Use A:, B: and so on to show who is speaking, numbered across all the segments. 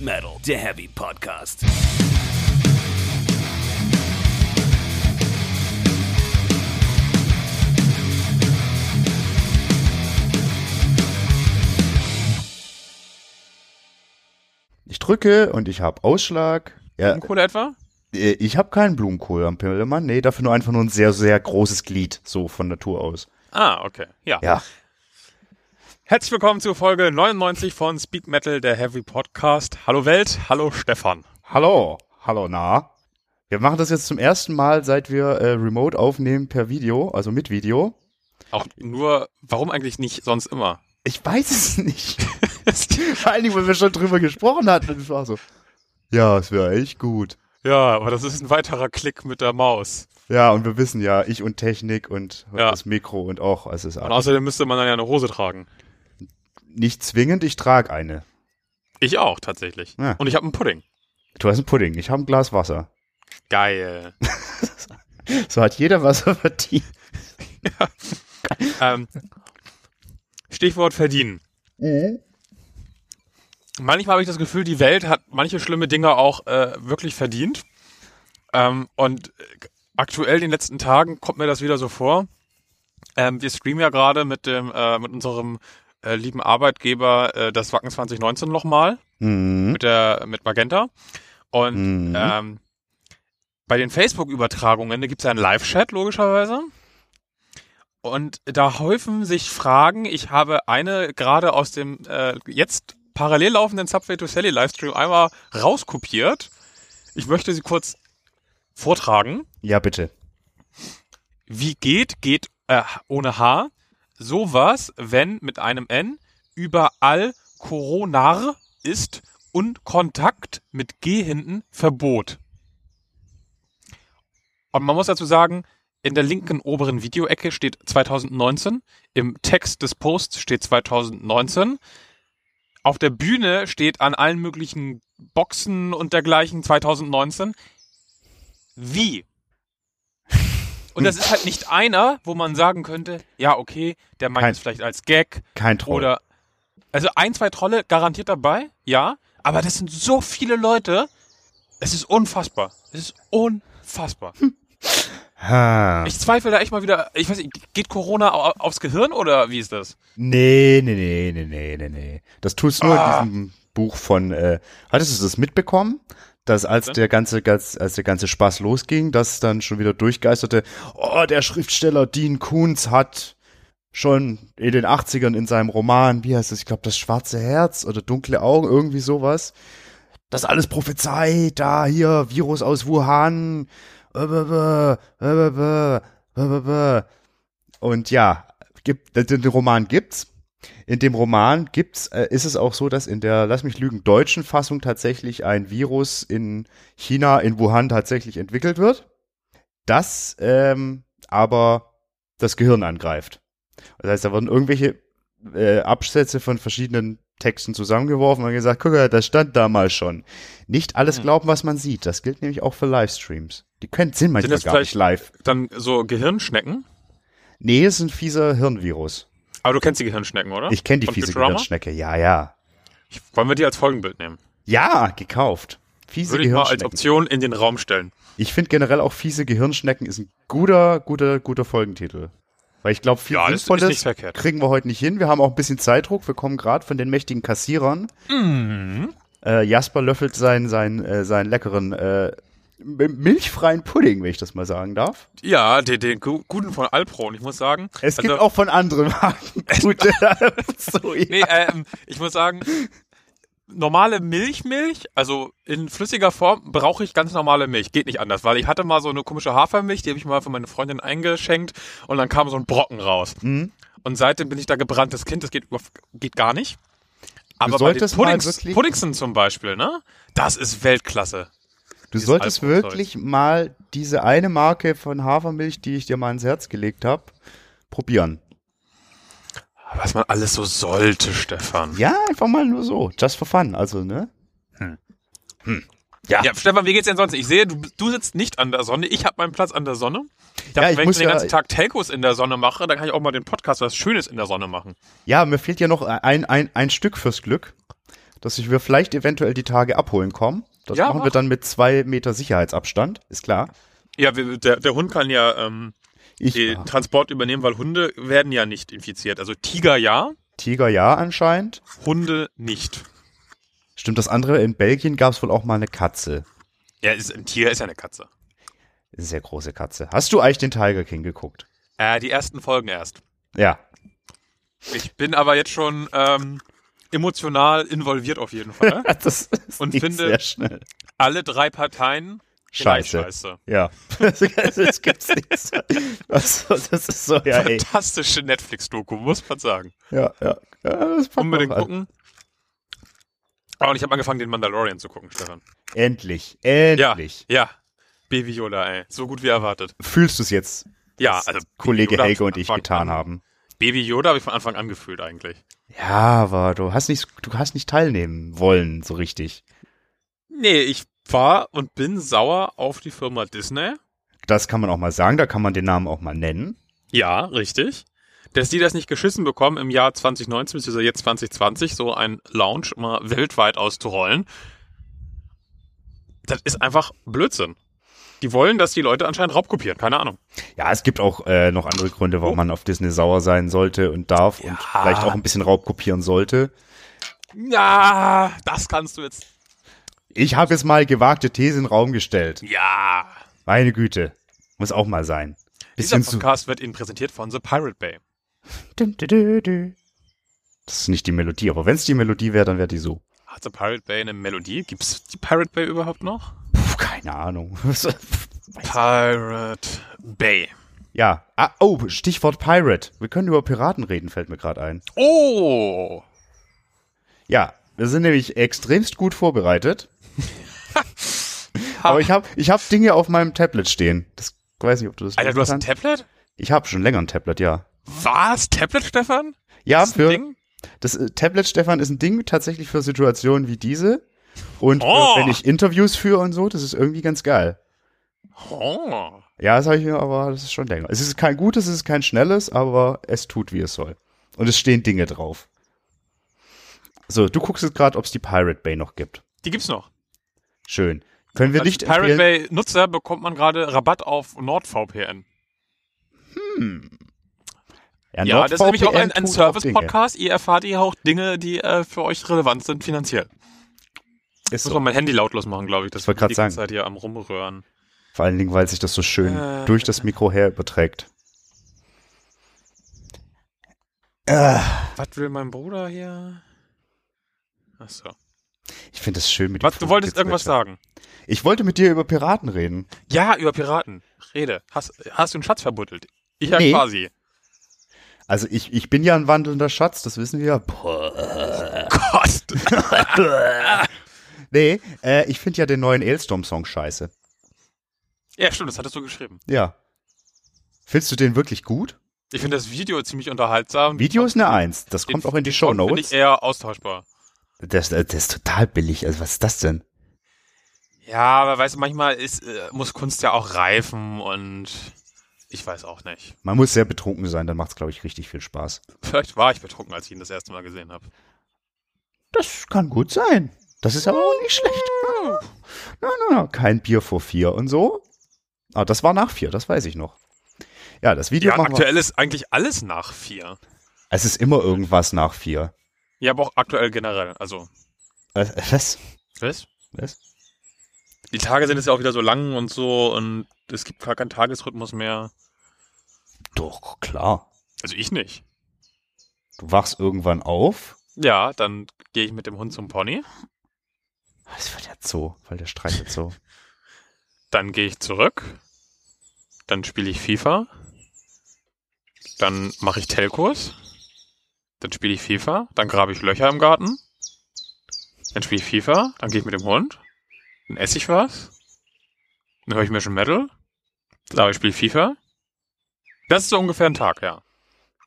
A: Metal, der Heavy Podcast.
B: Ich drücke und ich habe Ausschlag. Ja,
C: Blumenkohle etwa?
B: äh, ich habe keinen Blumenkohl am Pillemann. Nee, dafür nur einfach nur ein sehr, sehr großes Glied, so von Natur aus.
C: Ah, okay. Ja.
B: Ja.
C: Herzlich willkommen zu Folge 99 von Speak Metal, der Heavy Podcast. Hallo Welt, hallo Stefan.
B: Hallo. Hallo, na. Wir machen das jetzt zum ersten Mal, seit wir äh, remote aufnehmen per Video, also mit Video.
C: Auch nur, warum eigentlich nicht sonst immer?
B: Ich weiß es nicht. Vor allen Dingen, weil wir schon drüber gesprochen hatten. Und ich war so, ja, es wäre echt gut.
C: ja, aber das ist ein weiterer Klick mit der Maus.
B: Ja, und wir wissen ja, ich und Technik und, und
C: Ja.
B: das Mikro und auch, es ist
C: Und
B: alles.
C: außerdem müsste man dann ja eine Hose tragen.
B: Nicht zwingend, ich trage eine.
C: Ich auch, tatsächlich.
B: Ja.
C: Und ich habe einen Pudding.
B: Du hast einen Pudding, ich habe ein Glas Wasser.
C: Geil.
B: So hat jeder Wasser verdient.
C: ähm, Stichwort verdienen. Manchmal habe ich das Gefühl, die Welt hat manche schlimme Dinge auch äh, wirklich verdient. Ähm, und äh, aktuell in den letzten Tagen kommt mir das wieder so vor. Ähm, wir streamen ja gerade mit dem äh, mit unserem äh, lieben Arbeitgeber äh, das Wacken 2019 nochmal
B: Mhm.
C: mit der mit Magenta. Und
B: Mhm.
C: ähm, bei den Facebook-Übertragungen gibt es einen Live-Chat, logischerweise. Und da häufen sich Fragen. Ich habe eine gerade aus dem äh, jetzt parallel laufenden Subway to Sally Livestream einmal rauskopiert. Ich möchte sie kurz vortragen.
B: Ja, bitte.
C: Wie geht, geht äh, ohne H, sowas, wenn mit einem N überall Coronar ist und Kontakt mit G hinten Verbot. Und man muss dazu sagen, in der linken oberen Videoecke steht 2019, im Text des Posts steht 2019, auf der Bühne steht an allen möglichen Boxen und dergleichen 2019. Wie und das ist halt nicht einer, wo man sagen könnte, ja, okay, der meint
B: Kein-
C: es vielleicht als Gag
B: Kein Troll.
C: oder. Also ein, zwei Trolle garantiert dabei, ja, aber das sind so viele Leute, es ist unfassbar. Es ist unfassbar.
B: Hm. Ha.
C: Ich zweifle da echt mal wieder, ich weiß nicht, geht Corona au- aufs Gehirn oder wie ist das?
B: Nee, nee, nee, nee, nee, nee, nee. Das tust nur
C: Ah.
B: in diesem Buch von, äh, hattest du das mitbekommen? Dass als
C: Bitte?
B: der ganze, ganz, als der ganze Spaß losging, dass dann schon wieder durchgeisterte, oh, der Schriftsteller Dean Kunz hat schon in den 80ern in seinem Roman, wie heißt es, ich glaube, das schwarze Herz oder dunkle Augen, irgendwie sowas. Das alles prophezeit, da hier, Virus aus Wuhan. äh, äh, äh, äh, äh, äh, äh. Und ja, gibt, den, den Roman gibt's. In dem Roman gibt's, äh, ist es auch so, dass in der, lass mich lügen, deutschen Fassung tatsächlich ein Virus in China, in Wuhan tatsächlich entwickelt wird, das ähm, aber das Gehirn angreift. Das heißt, da wurden irgendwelche äh, Absätze von verschiedenen Texten zusammengeworfen und gesagt, guck mal, das stand damals schon. Nicht alles
C: Hm.
B: glauben, was man sieht. Das gilt nämlich auch für Livestreams. Die können, sind manchmal
C: das
B: gar nicht
C: vielleicht-
B: live.
C: Dann so Gehirnschnecken.
B: Nee, es ist ein fieser Hirnvirus.
C: Aber du kennst die Gehirnschnecken, oder?
B: Ich kenne die
C: Von
B: fiese
C: Futurama?
B: Gehirnschnecke, ja, ja.
C: Ich- Wollen wir die als Folgenbild nehmen?
B: Ja, gekauft. Fiese
C: Würde ich mal als
B: Gehirnschnecken.
C: Option in den Raum stellen.
B: Ich finde generell auch fiese Gehirnschnecken ist ein guter, guter, guter Folgentitel. Weil ich glaube, viel
C: Ja, das ist
B: Sinnvolles
C: nicht verkehrt.
B: kriegen wir heute nicht hin. Wir haben auch ein bisschen Zeitdruck. Wir kommen gerade von den mächtigen Kassierern.
C: Mhm.
B: Äh, Jasper löffelt seinen, seinen, äh, seinen leckeren äh, m- milchfreien Pudding, wenn ich das mal sagen darf.
C: Ja, den, den gu- guten von Alpro. Und ich muss sagen,
B: Es
C: also-
B: gibt auch von anderen Marken gute. so, ja.
C: Nee, ähm, ich muss sagen, normale Milchmilch, also in flüssiger Form, brauche ich ganz normale Milch. Geht nicht anders, weil ich hatte mal so eine komische Hafermilch, die habe ich mal für meine Freundin eingeschenkt und dann kam so ein Brocken raus.
B: Mhm.
C: Und seitdem bin ich da gebranntes Kind, das geht, überhaupt- geht gar nicht. Aber bei den
B: solltest mal
C: Puddings,
B: wirklich-
C: Puddingsen zum Beispiel, ne? Das ist Weltklasse.
B: Du solltest
C: Alpro-Zeug.
B: wirklich mal diese eine Marke von Hafermilch, die ich dir mal ins Herz gelegt habe, probieren.
C: Was man alles so sollte, Stefan.
B: Ja, einfach mal nur so. Just for fun, also, ne?
C: Ja, Stefan, wie geht's denn sonst? Ich sehe, du, du sitzt nicht an der Sonne. Ich habe meinen Platz an der Sonne. Ich dachte,
B: Ja, ich
C: wenn ich
B: muss
C: den
B: ja-
C: ganzen Tag Telcos in der Sonne mache, dann kann ich auch mal den Podcast was Schönes in der Sonne machen.
B: Ja, mir fehlt ja noch ein, ein, ein Stück fürs Glück. dass ich wir vielleicht eventuell die Tage abholen kommen. Das
C: Ja,
B: machen wir
C: mach.
B: dann mit zwei Meter Sicherheitsabstand, ist klar.
D: Ja, wir, der, der Hund kann ja ähm,
B: Ich
D: den Transport übernehmen, weil Hunde werden ja nicht infiziert. Also Tiger ja,
B: Tiger ja anscheinend.
D: Hunde nicht.
B: Stimmt das andere? In Belgien gab es wohl auch mal eine Katze.
D: Ja, ist, ein Tiger ist ja eine Katze.
B: Sehr große Katze. Hast du eigentlich den Tiger King geguckt?
C: Äh, die ersten Folgen erst.
B: Ja.
C: Ich bin aber jetzt schon ähm, emotional involviert auf jeden Fall.
B: Das ist
C: Und
B: nicht
C: finde-
B: sehr schnell.
C: Alle drei Parteien gleich
B: Scheiße. Ja. Das, das gibt's nicht. Das, das ist so, ja, ey.
C: Fantastische Netflix-Doku, muss man sagen.
B: Ja, ja. ja das packt
C: Unbedingt
B: man auch an.
C: gucken. Ah, und ich habe angefangen, den Mandalorian zu gucken, Stefan.
B: Endlich. Endlich.
C: Ja, Baby Yoda, ey. So gut wie erwartet.
B: Fühlst du es jetzt,
C: Ja,
B: was
C: also
B: Kollege
C: Baby Yoda
B: Helge
C: hab
B: und ich
C: von
B: getan
C: Anfang an-
B: haben?
C: Baby Yoda habe ich von Anfang an gefühlt eigentlich.
B: Ja, aber du hast nicht, du hast nicht teilnehmen wollen, so richtig.
C: Nee, ich war und bin sauer auf die Firma Disney.
B: Das kann man auch mal sagen, da kann man den Namen auch mal nennen.
C: Ja, richtig. Dass die das nicht geschissen bekommen, im Jahr 2019 bzw. jetzt 2020 so ein Launch mal weltweit auszurollen, das ist einfach Blödsinn. Die wollen, dass die Leute anscheinend raubkopieren, keine Ahnung.
B: Ja, es gibt auch äh, noch andere Gründe, warum man auf Disney sauer sein sollte und darf und
C: Oh. Ja.
B: vielleicht auch ein bisschen Raub kopieren sollte.
C: Ja, das kannst du jetzt.
B: Ich habe jetzt mal gewagte These in den Raum gestellt.
C: Ja.
B: Meine Güte. Muss auch mal sein.
C: Dieser
B: Bisschen zu.
C: Podcast wird Ihnen präsentiert von The Pirate Bay.
B: Dum, dü, dü, dü. Das ist nicht die Melodie, aber wenn es die Melodie wäre, dann wäre die so.
C: Hat The Pirate Bay eine Melodie? Gibt's die Pirate Bay überhaupt noch?
B: Puh, keine Ahnung.
C: Pirate Bay.
B: ja. Ah, oh, Stichwort Pirate. Wir können über Piraten reden, fällt mir gerade ein.
C: Oh!
B: Ja, wir sind nämlich extremst gut vorbereitet. aber ich habe ich hab Dinge auf meinem Tablet stehen. Das weiß nicht, ob du das
C: Alter, du hast ein
B: Tablet?
C: Tablet?
B: Ich habe schon länger ein Tablet, ja.
C: Was? Tablet, Stefan?
B: Ja,
C: Ist das ein
B: für
C: Ding?
B: das äh, Tablet Stefan ist ein Ding tatsächlich für Situationen wie diese und
C: Oh.
B: für, wenn ich Interviews führe und so, das ist irgendwie ganz geil.
C: Oh.
B: Ja, das habe ich mir, aber das ist schon länger. Es ist kein gutes, es ist kein schnelles, aber es tut, wie es soll. Und es stehen Dinge drauf. So, du guckst jetzt gerade, ob es die Pirate Bay noch gibt.
C: Die gibt's noch.
B: Schön. Können wir
C: Als
B: nicht
C: Äh, Pirate
B: empfehlen?
C: Bay Nutzer bekommt man gerade Rabatt auf NordVPN. Ja, das ist nämlich auch ein,
B: NordVPN
C: ein
B: tut auch
C: Service-Podcast. Ihr erfahrt hier auch Dinge, die äh, für euch relevant sind finanziell.
B: Dinge. Ist
C: Muss
B: so.
C: man mein Handy lautlos machen, glaube ich. Das
B: Ich wollte grad
C: die ganze
B: sagen.
C: Zeit hier am Rumröhren.
B: Vor allen Dingen, weil sich das so schön
C: Äh.
B: durch das Mikro her überträgt.
C: Was will mein Bruder hier? Achso.
B: Ich finde das schön mit
C: Was,
B: dem
C: du wolltest irgendwas
B: Vogelgezwitscher.
C: sagen?
B: Ich wollte mit dir über Piraten reden.
C: Ja, über Piraten. Rede. Hast, hast du einen Schatz verbuddelt? Ich ja
B: Nee.
C: quasi.
B: Also ich, ich bin ja ein wandelnder Schatz, das wissen wir. ja. Boah.
C: Gott.
B: Nee, äh, ich finde ja den neuen Aelstorm-Song scheiße.
C: ja, stimmt, das hattest du geschrieben.
B: Ja. Findest du den wirklich gut?
C: Ich finde das Video ziemlich unterhaltsam.
B: Video ist eine Eins, das
C: Den-
B: kommt auch in die
C: den
B: Show
C: Sound Finde ich
B: Notes.
C: eher austauschbar.
B: Das, das ist total billig, also was ist das denn?
C: Ja, aber weißt du, manchmal ist, äh, muss Kunst ja auch reifen und ich weiß auch nicht.
B: Man muss sehr betrunken sein, dann macht's, glaube ich, richtig viel Spaß.
C: Vielleicht war ich betrunken, als ich ihn das erste Mal gesehen habe.
B: Das kann gut sein. Das ist aber auch nicht schlecht. Na, na, na, kein Bier vor vier und so. Ah, das war nach vier, das weiß ich noch. Ja, das Video
C: Ja,
B: machen wir.
C: aktuell ist eigentlich alles nach vier.
B: Es ist immer irgendwas nach vier.
C: Ja, aber auch aktuell generell. Also,
B: Äh, Was?
C: was?
B: Was?
C: Die Tage sind jetzt ja auch wieder so lang und so und es gibt gar keinen Tagesrhythmus mehr.
B: Doch, klar.
C: Also ich nicht.
B: Du wachst irgendwann auf.
C: Ja, dann gehe ich mit dem Hund zum Pony,
B: Das war der Zoo, weil der streitet so.
C: dann gehe ich zurück, dann spiele ich FIFA, dann mache ich Telcos, dann spiele ich FIFA, dann grabe ich Löcher im Garten, dann spiele ich FIFA, dann gehe ich mit dem Hund, dann esse ich was, dann höre ich mir schon Metal, dann aber ich spiele FIFA. Das ist so ungefähr ein Tag, ja.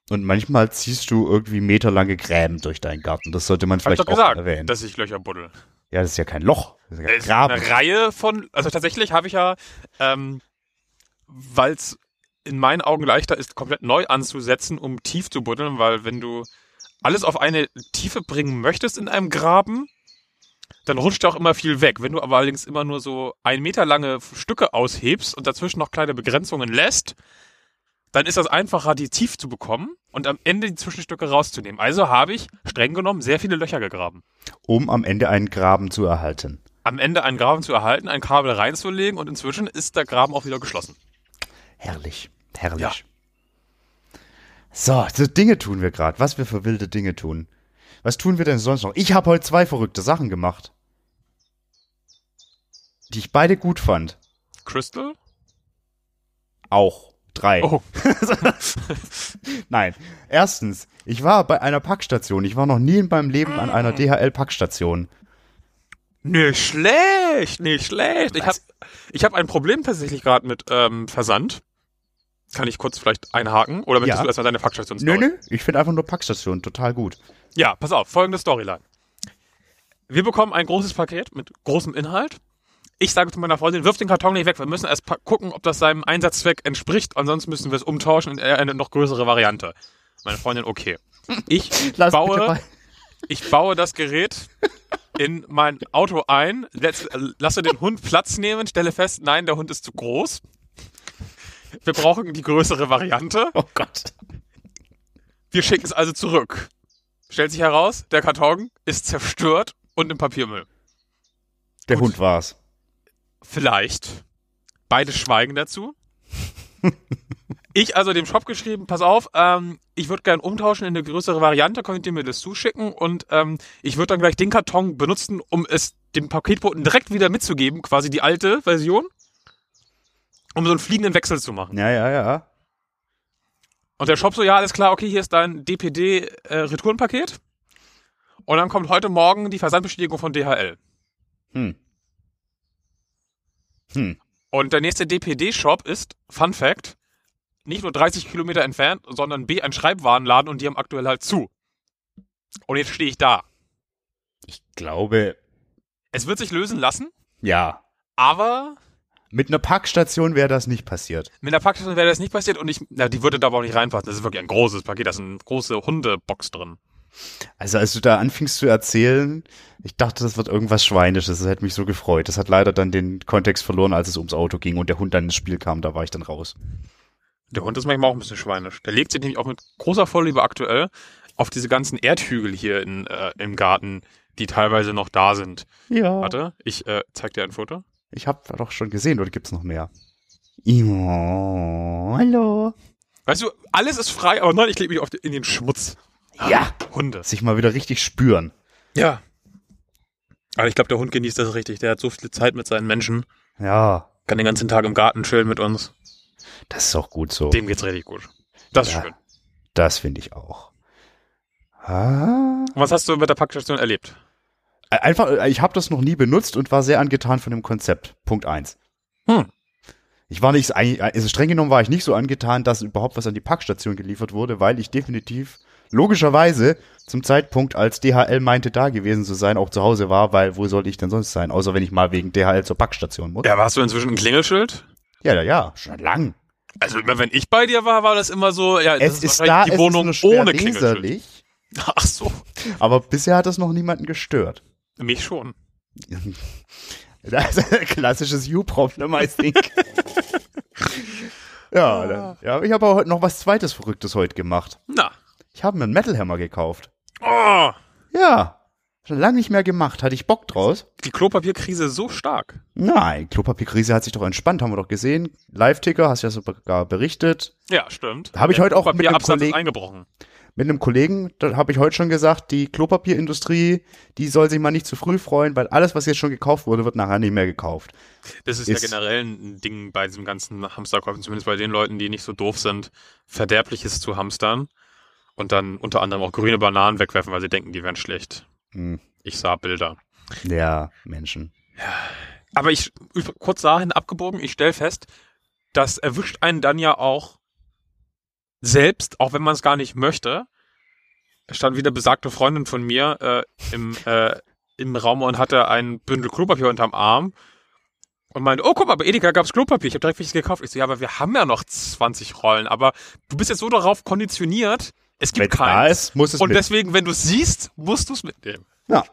B: Und manchmal ziehst du irgendwie meterlange Gräben durch deinen Garten. Das sollte man
C: Hab ich
B: vielleicht
C: doch
B: auch
C: gesagt,
B: erwähnen.
C: dass ich Löcher buddel.
B: ja, das ist ja kein Loch. Das ist ja
C: Es
B: kein
C: ist eine
B: Graben.
C: Reihe von, also tatsächlich habe ich ja, ähm, weil es in meinen Augen leichter ist, komplett neu anzusetzen, um tief zu buddeln, weil wenn du alles auf eine Tiefe bringen möchtest in einem Graben, dann rutscht auch immer viel weg. Wenn du aber allerdings immer nur so ein Meter lange Stücke aushebst und dazwischen noch kleine Begrenzungen lässt, dann ist das einfacher, die tief zu bekommen und am Ende die Zwischenstücke rauszunehmen. Also habe ich, streng genommen, sehr viele Löcher gegraben.
B: um am Ende einen Graben zu erhalten.
C: Am Ende einen Graben zu erhalten, ein Kabel reinzulegen und inzwischen ist der Graben auch wieder geschlossen.
B: Herrlich, herrlich. So, so Dinge tun wir gerade. Was wir für wilde Dinge tun. Was tun wir denn sonst noch? Ich habe heute zwei verrückte Sachen gemacht. Die ich beide gut fand.
C: Crystal?
B: Auch. Drei.
C: Oh,
B: Nein. Erstens, ich war bei einer Packstation. Ich war noch nie in meinem Leben an einer DHL-Packstation.
C: Nicht schlecht, nicht schlecht. Ich habe ich hab ein Problem tatsächlich gerade mit ähm, Versand. Kann ich kurz vielleicht einhaken? Oder möchtest
B: Ja.
C: du erstmal deine Faktstation
B: Nö, nö. Ich finde einfach nur Packstation total gut.
C: Ja, pass auf, folgende Storyline. Wir bekommen ein großes Paket mit großem Inhalt. Ich sage zu meiner Freundin, wirf den Karton nicht weg, wir müssen erst pa- gucken, ob das seinem Einsatzzweck entspricht, ansonsten müssen wir es umtauschen in eine noch größere Variante. Meine Freundin, okay. Ich
B: Lass
C: baue
B: bitte bei-
C: ich baue das Gerät in mein Auto ein, letz- äh, lasse den Hund Platz nehmen, stelle fest, nein, der Hund ist zu groß. Wir brauchen die größere Variante.
B: Oh Gott.
C: Wir schicken es also zurück. Stellt sich heraus, der Karton ist zerstört und im Papiermüll.
B: Der Hund war's.
C: Vielleicht. Beide schweigen dazu. Ich also dem Shop geschrieben, pass auf, ähm, ich würde gern umtauschen in eine größere Variante, könnt ihr mir das zuschicken und ähm, ich würde dann gleich den Karton benutzen, um es dem Paketboten direkt wieder mitzugeben, quasi die alte Version, um so einen fliegenden Wechsel zu machen.
B: Ja, ja, ja.
C: Und der Shop so, ja, alles klar, okay, hier ist dein DPD-Retourenpaket. äh, und dann kommt heute Morgen die Versandbestätigung von DHL.
B: Hm. Hm.
C: Und der nächste DPD-Shop ist, Fun Fact, nicht nur 30 Kilometer entfernt, sondern B, ein Schreibwarenladen und die haben aktuell halt zu. Und jetzt stehe ich da.
B: Ich glaube,
C: Es wird sich lösen lassen,
B: ja.
C: aber
B: Mit einer Packstation wäre das nicht passiert.
C: mit der Packstation wäre das nicht passiert und ich, na, die würde da aber auch nicht reinpassen. Das ist wirklich ein großes Paket, da ist eine große Hundebox drin.
B: Also als du da anfingst zu erzählen, ich dachte, das wird irgendwas Schweinisches. Das hätte mich so gefreut. Das hat leider dann den Kontext verloren, als es ums Auto ging und der Hund dann ins Spiel kam. Da war ich dann raus.
C: Der Hund ist manchmal auch ein bisschen schweinisch. Der legt sich nämlich auch mit großer Vorliebe aktuell auf diese ganzen Erdhügel hier in, äh, im Garten, die teilweise noch da sind.
B: Ja.
C: Warte, ich äh, zeig dir ein Foto.
B: Ich habe doch schon gesehen, oder gibt's noch mehr? Imo, hallo.
C: Weißt du, alles ist frei, aber nein, ich lege mich auf die, in den Schmutz.
B: Ja.
C: Hunde.
B: Sich mal wieder richtig spüren.
C: Ja. Aber ich glaube, der Hund genießt das richtig. Der hat so viel Zeit mit seinen Menschen.
B: Ja.
C: Kann den ganzen Tag im Garten chillen mit uns.
B: Das ist auch gut so.
C: Dem geht's richtig gut. Das ist
B: Ja.
C: schön.
B: Das finde ich auch. Ah.
C: Und was hast du mit der Packstation erlebt?
B: Einfach, äh, ich habe das noch nie benutzt und war sehr angetan von dem Konzept. Punkt eins.
C: Hm.
B: Ich war nicht, also streng genommen war ich nicht so angetan, dass überhaupt was an die Packstation geliefert wurde, weil ich definitiv logischerweise zum Zeitpunkt, als DHL meinte, da gewesen zu sein, auch zu Hause war, weil wo sollte ich denn sonst sein, außer wenn ich mal wegen DHL zur Packstation muss.
C: Ja, warst du inzwischen ein Klingelschild?
B: Ja, ja, ja, schon lang.
C: Also immer wenn ich bei dir war, war das immer so, ja, das
B: es ist da,
C: wahrscheinlich die
B: es
C: Wohnung
B: ist nur schwer
C: ohne Klingelschild.
B: leserlich,
C: Ach so,
B: aber bisher hat das noch niemanden gestört.
C: mich schon.
B: Das ist ein klassisches You-Problem-Ding. ja, da- ja, ich habe aber heute noch was zweites Verrücktes heute gemacht.
C: Na.
B: Ich habe mir einen Metal Hammer gekauft.
C: Oh,
B: Ja, schon lange nicht mehr gemacht. Hatte ich Bock draus?
C: die Klopapierkrise so stark.
B: Nein, Klopapierkrise hat sich doch entspannt, haben wir doch gesehen. Live-Ticker, hast ja sogar berichtet.
C: Ja, stimmt.
B: Habe ich
C: Der
B: heute auch mit einem
C: Papierabsatz ist
B: Kollegen-
C: eingebrochen.
B: Mit einem Kollegen, da habe ich heute schon gesagt, die Klopapierindustrie, die soll sich mal nicht zu früh freuen, weil alles, was jetzt schon gekauft wurde, wird nachher nicht mehr gekauft.
C: Das ist
B: Ist-
C: ja generell ein Ding bei diesem ganzen Hamsterkäufen, zumindest bei den Leuten, die nicht so doof sind, Verderbliches zu hamstern und dann unter anderem auch grüne Bananen wegwerfen, weil sie denken, die wären schlecht.
B: Hm.
C: Ich sah Bilder.
B: Ja, Menschen.
C: Aber ich, üb- kurz dahin abgebogen, ich stelle fest, das erwischt einen dann ja auch selbst, auch wenn man es gar nicht möchte. Es Stand wieder besagte Freundin von mir äh, im, äh, im Raum und hatte ein Bündel Klopapier unterm Arm und meinte, oh guck mal, bei Edeka gab's Klopapier, ich habe direkt welches gekauft. Ich so, ja, aber wir haben ja noch 20 Rollen, aber du bist jetzt so darauf konditioniert, es
B: Wenn
C: gibt
B: da
C: keins.
B: ist, muss es
C: Und
B: mit.
C: deswegen, wenn du es siehst, musst du es mitnehmen.
B: Ja.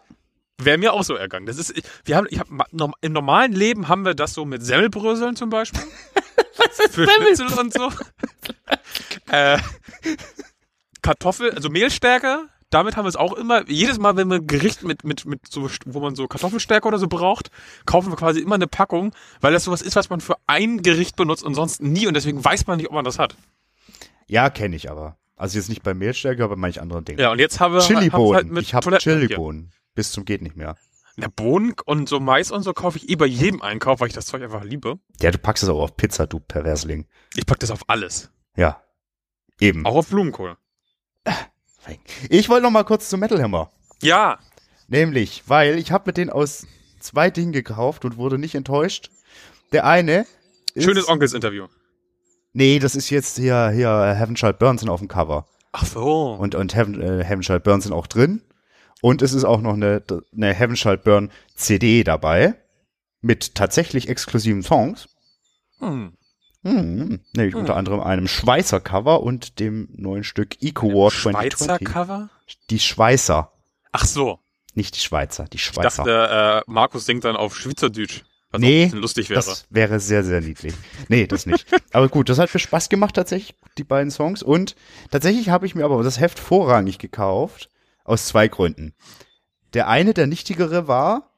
C: Wäre mir auch so ergangen. Das ist, wir haben, ich hab, norm- Im normalen Leben haben wir das so mit Semmelbröseln zum Beispiel. Was ist Für Schnitzel und so. äh, Kartoffel, also Mehlstärke. Damit haben wir es auch immer. Jedes Mal, wenn wir ein Gericht mit, mit, mit so, wo man so Kartoffelstärke oder so braucht, kaufen wir quasi immer eine Packung, weil das sowas ist, was man für ein Gericht benutzt und sonst nie. Und deswegen weiß man nicht, ob man das hat.
B: Ja, kenne ich aber. Also jetzt nicht bei Mehlstärke, aber bei manch anderen Dingen.
C: Ja, und jetzt haben wir haben's
B: Chilibohnen.
C: halt mit
B: ich habe
C: Toilettenpapier.
B: Chilibohnen. Bis zum geht nicht mehr.
C: Na, Bohnen und so Mais und so kaufe ich eh bei jedem Einkauf, weil ich das Zeug einfach liebe.
B: Ja, du packst es aber auf Pizza, du Perversling.
C: Ich packe das auf alles.
B: Ja. Eben.
C: Auch auf Blumenkohl.
B: Ich wollte noch mal kurz zu Metal Hammer.
C: Ja,
B: Nämlich, weil ich habe mir den aus zwei Dingen gekauft und wurde nicht enttäuscht. Der eine ist,
C: schönes Onkelsinterview.
B: Nee, das ist jetzt hier, hier Heaven Shall Burn sind auf dem Cover.
C: Ach so.
B: Und, und Heaven, äh, Heaven Shall Burn sind auch drin. Und es ist auch noch eine, eine Heaven Shall Burn CD dabei. Mit tatsächlich exklusiven Songs.
C: Hm.
B: Hm,
C: Mhm.
B: nämlich unter anderem einem Schweizer Cover und dem neuen Stück Eco War
C: Schweizer
B: 2020.
C: Cover?
B: Die Schweizer.
C: Ach so.
B: Nicht die Schweizer, die
C: Ich
B: Schweizer.
C: dachte, äh, Markus singt dann auf Schweizerdeutsch. Was auch
B: Nee,
C: ein bisschen lustig wäre.
B: Das wäre sehr, sehr niedlich. Nee, das nicht. aber gut, das hat mir Spaß gemacht, tatsächlich, die beiden Songs. Und tatsächlich habe ich mir aber das Heft vorrangig gekauft, aus zwei Gründen. Der eine, der nichtigere war,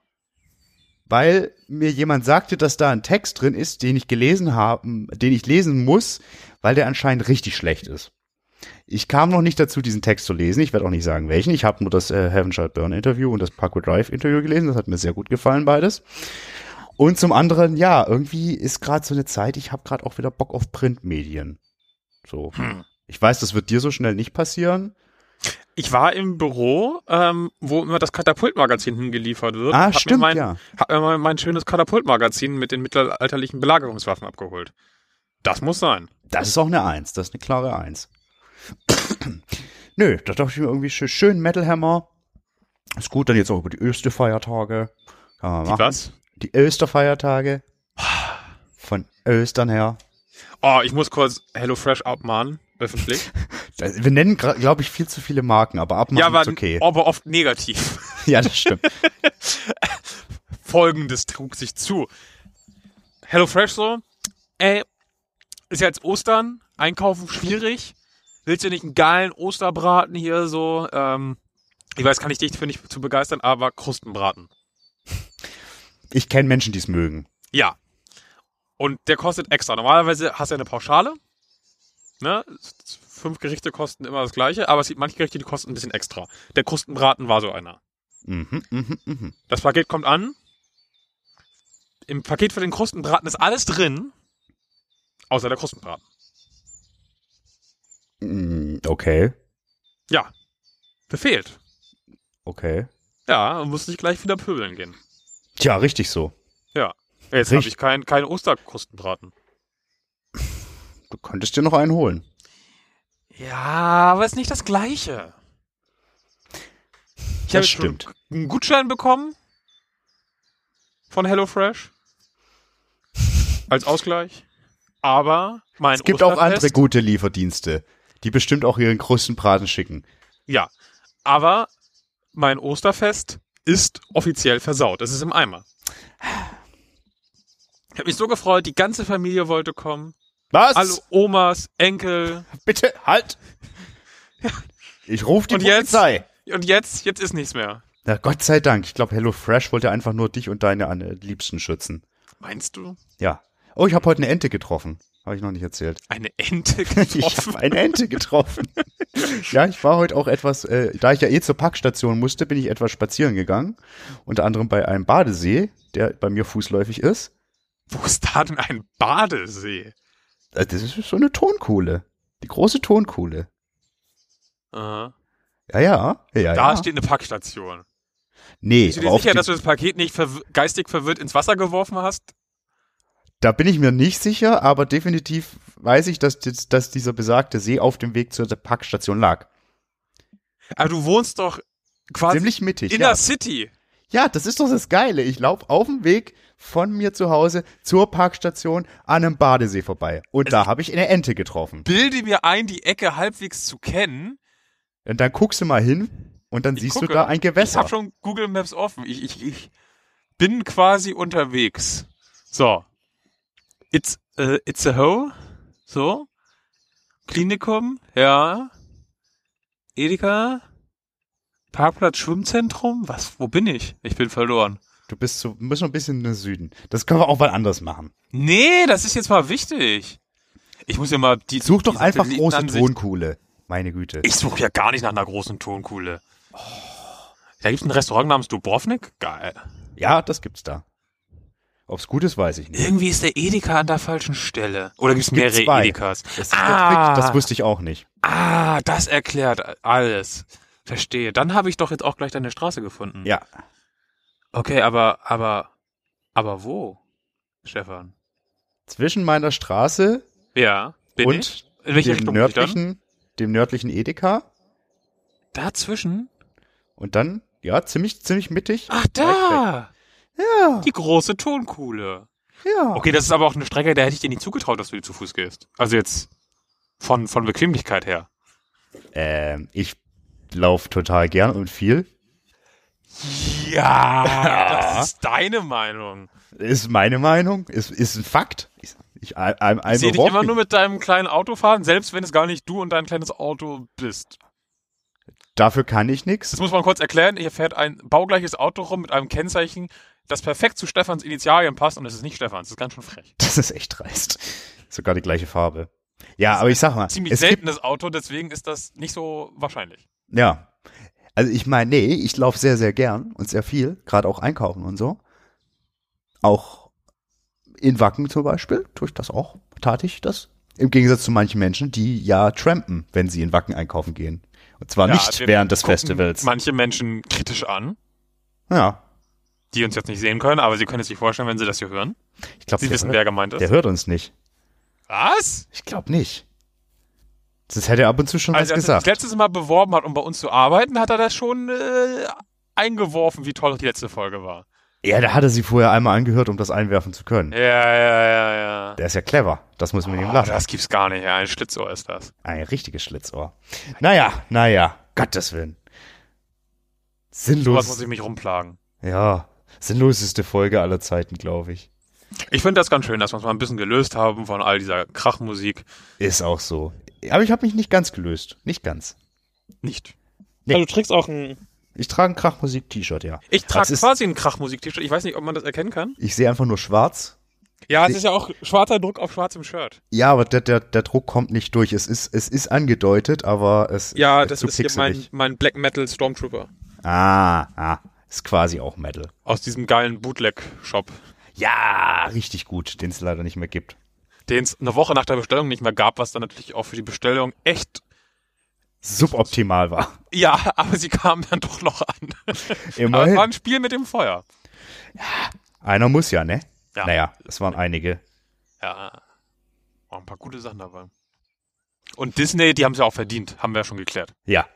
B: weil mir jemand sagte, dass da ein Text drin ist, den ich gelesen haben, den ich lesen muss, weil der anscheinend richtig schlecht ist. Ich kam noch nicht dazu, diesen Text zu lesen. Ich werde auch nicht sagen, welchen. Ich habe nur das äh, Heaven Shall Burn Interview und das Parkway Drive Interview gelesen. Das hat mir sehr gut gefallen, beides. Und zum anderen, ja, irgendwie ist gerade so eine Zeit, ich habe gerade auch wieder Bock auf Printmedien. So.
C: Hm.
B: Ich weiß, das wird dir so schnell nicht passieren.
C: Ich war im Büro, ähm, wo immer das Katapultmagazin hingeliefert wird.
B: Ah,
C: Hab mir
B: stimmt,
C: mein,
B: ja.
C: Hab mir mein, mein schönes Katapultmagazin mit den mittelalterlichen Belagerungswaffen abgeholt. Das muss sein.
B: Das ist auch eine Eins, das ist eine klare Eins. Nö, da dachte ich mir irgendwie schön, schön Metal Hammer. Ist gut, dann jetzt auch über die Österfeiertage. Kann man
C: Die
B: machen.
C: was?
B: Die Österfeiertage. Von Östern her.
C: Oh, ich muss kurz HelloFresh abmahnen, öffentlich.
B: Das- Wir nennen, glaube ich, viel zu viele Marken, aber abmachen
C: ja, aber, oh.
B: ist okay.
C: aber oft negativ.
B: Ja, das stimmt.
C: Folgendes trug sich zu. HelloFresh so, ey, ist ja jetzt Ostern, einkaufen schwierig. Willst du nicht einen geilen Osterbraten hier so? Ähm, ich weiß, kann ich dich für nicht zu begeistern, aber Krustenbraten.
B: Ich kenne Menschen, die es mögen.
C: Ja. Und der kostet extra. Normalerweise hast du ja eine Pauschale. Ne? Fünf Gerichte kosten immer das gleiche, aber es gibt manche Gerichte, die kosten ein bisschen extra. Der Krustenbraten war so einer.
B: Mhm, mhm, mhm.
C: Das Paket kommt an. Im Paket für den Krustenbraten ist alles drin, außer der Krustenbraten.
B: Mm, Okay,
C: Ja. Befehlt.
B: okay.
C: Ja, muss nicht gleich wieder pöbeln gehen.
B: Tja, richtig so.
C: Ja. Jetzt habe
B: Richtig.
C: ich keinen kein Osterkrustenbraten.
B: Du könntest dir noch einen holen.
C: Ja, aber ist nicht das Gleiche. Ich
B: Das
C: habe jetzt schon
B: stimmt.
C: einen Gutschein bekommen von HelloFresh. Als Ausgleich. Aber mein
B: Es gibt auch andere
C: Osterfest-
B: gute Lieferdienste, die bestimmt auch ihren Krustenbraten schicken.
C: Ja, aber mein Osterfest ist offiziell versaut. Es ist im Eimer. Ich habe mich so gefreut, die ganze Familie wollte kommen.
B: Was?
C: Alle Omas, Enkel.
B: Bitte, halt! Ich rufe die
C: Und jetzt?
B: Polizei.
C: Und jetzt, jetzt ist nichts mehr.
B: Na, Gott sei Dank. Ich glaube, HelloFresh wollte einfach nur dich und deine an- äh, Liebsten schützen.
C: Meinst du?
B: Ja. Oh, ich habe heute eine Ente getroffen. Habe ich noch nicht erzählt.
C: Eine Ente
B: Ich habe
C: getroffen?
B: eine Ente getroffen. ja, ich war heute auch etwas, äh, da ich ja eh zur Packstation musste, bin ich etwas spazieren gegangen. Unter anderem bei einem Badesee, der bei mir fußläufig ist.
C: Wo ist da denn ein Badesee?
B: Äh, Das ist so eine Tonkuhle. Die große Tonkuhle.
C: Aha.
B: Ja, ja. ja
C: Da
B: ja.
C: steht eine Packstation.
B: Nee,
C: Bist du
B: aber
C: dir
B: auf
C: sicher,
B: die,
C: dass du das Paket nicht verw geistig verwirrt ins Wasser geworfen hast?
B: da bin ich mir nicht sicher, aber definitiv weiß ich, dass, dies- dass dieser besagte See auf dem Weg zur Packstation lag.
C: Aber du wohnst doch quasi
B: Ziemlich mittig.
C: in
B: Ja.
C: der City.
B: ja, das ist doch das Geile. Ich laufe auf dem Weg von mir zu Hause zur Parkstation an einem Badesee vorbei. Und
C: Also
B: da habe ich eine Ente getroffen.
C: bilde mir ein, die Ecke halbwegs zu kennen.
B: Und dann guckst du mal hin, und dann
C: Ich
B: siehst
C: gucke.
B: du da ein
C: Ich
B: Gewässer.
C: habe schon Google Maps offen. Ich, ich, ich bin quasi unterwegs. So. It's, äh, it's a hoe. So. Klinikum. Ja. Edeka. Parkplatz Schwimmzentrum. Was? Wo bin ich? Ich bin verloren.
B: Du bist so, müssen ein bisschen in den Süden. Das können wir auch mal anders machen.
C: Nee, das ist jetzt mal wichtig. Ich muss ja mal die.
B: Such doch
C: die
B: einfach große
C: Satellitenansicht-
B: Tonkuhle. Meine Güte.
C: Ich suche ja gar nicht nach einer großen Tonkuhle.
B: Oh.
C: Da gibt's ein Restaurant namens Dubrovnik. Geil.
B: Ja, das gibt's da. Ob's gut ist, weiß ich nicht.
C: Irgendwie ist der Edeka an der falschen Stelle. Oder gibt's mehrere
B: zwei.
C: Edekas?
B: Das,
C: Ah.
B: das wusste ich auch nicht.
C: Ah, das erklärt alles. Verstehe. Dann habe ich doch jetzt auch gleich deine Straße gefunden.
B: Ja.
C: Okay, aber, aber, aber wo, Stefan?
B: Zwischen meiner Straße
C: Ja, bin
B: und
C: ich? In welche
B: dem,
C: Richtung bin ich dann?
B: nördlichen, dem nördlichen Edeka.
C: Dazwischen?
B: Und dann, ja, ziemlich, ziemlich mittig.
C: Ach, da!
B: Ja,
C: Die große Tonkuhle.
B: ja.
C: Okay, das ist aber auch eine Strecke, der hätte ich dir nicht zugetraut, dass du die zu Fuß gehst. Also jetzt von, von Bequemlichkeit her.
B: Ähm, ich laufe total gern und viel.
C: Ja, das ist deine Meinung.
B: Ist meine Meinung. Ist, ist ein Fakt. Ich, ich, I'm, I'm
C: Ich sehe dich
B: walking.
C: immer nur mit deinem kleinen Auto fahren, selbst wenn es gar nicht du und dein kleines Auto bist.
B: Dafür kann ich
C: Das
B: nichts.
C: muss man kurz erklären. Hier fährt ein baugleiches Auto rum mit einem Kennzeichen, das perfekt zu Stefans Initialien passt und es ist nicht Stefans. Das ist ganz schön frech.
B: Das ist echt dreist. Sogar die gleiche Farbe. Ja, aber ich sag mal,
C: Ziemlich
B: es gibt,
C: seltenes Auto, deswegen ist das nicht so wahrscheinlich.
B: ja. Also ich meine, nee, ich laufe sehr, sehr gern und sehr viel, gerade auch einkaufen und so. Auch in Wacken zum Beispiel tue ich das auch, tat ich das. Im Gegensatz zu manchen Menschen, die ja trampen, wenn sie in Wacken einkaufen gehen. Und zwar nicht
C: wir
B: während des
C: gucken
B: Festivals.
C: Manche Menschen kritisch an,
B: Ja,
C: die uns jetzt nicht sehen können, aber sie können es sich vorstellen, wenn sie das hier hören.
B: ich glaube,
C: Sie
B: der,
C: wissen,
B: hört-
C: wer gemeint ist.
B: der hört uns nicht.
C: Was? Also,
B: Ich glaube nicht. Das hätte er ab und zu schon
C: Als
B: was
C: er sich
B: gesagt.
C: letztes Mal beworben hat, um bei uns zu arbeiten, hat er das schon äh, eingeworfen, wie toll die letzte Folge war.
B: Ja, da hat er sie vorher einmal angehört, um das einwerfen zu können.
C: Ja, ja, ja, ja.
B: Der ist ja clever. Das muss man ihm
C: Oh,
B: lassen.
C: das gibt's gar nicht. Ein Schlitzohr ist das.
B: Ein richtiges Schlitzohr. Naja, naja, Gottes Willen.
C: Was muss
B: Sinnlos.
C: ich mich rumplagen?
B: Ja, sinnloseste Folge aller Zeiten, glaube ich.
C: Ich finde das ganz schön, dass wir uns mal ein bisschen gelöst haben von all dieser Krachmusik.
B: Ist auch so. Aber ich habe mich nicht ganz gelöst. Nicht ganz.
C: Nicht.
B: Nee.
C: Also du trägst auch ein.
B: Ich trage ein Krachmusik-T-Shirt, ja.
C: Ich
B: Das
C: trage
B: ist-
C: quasi ein Krachmusik-T-Shirt. Ich weiß nicht, ob man das erkennen kann.
B: Ich sehe einfach nur schwarz.
C: Ja,
B: es
C: es ist ja auch schwarzer Druck auf schwarzem Shirt.
B: Ja, aber der, der, der Druck kommt nicht durch. Es ist, es ist angedeutet, aber es
C: Ja,
B: ist
C: das
B: zu
C: ist hier mein,
B: pixelig.
C: mein Black Metal Stormtrooper.
B: Ah, ah, ist quasi auch Metal.
C: Aus diesem geilen Bootleg-Shop,
B: Ja, richtig gut, den es leider nicht mehr gibt.
C: den es eine Woche nach der Bestellung nicht mehr gab, was dann natürlich auch für die Bestellung echt.
B: Suboptimal war.
C: Ja, aber sie kamen dann doch noch an. Aber es war
B: Immerhin.
C: ein Spiel mit dem Feuer.
B: Einer muss ja, ne?
C: Ja.
B: Naja, es waren einige.
C: Ja. Waren ein paar gute Sachen dabei. Und Disney, die haben es ja auch verdient, haben wir ja schon geklärt.
B: Ja,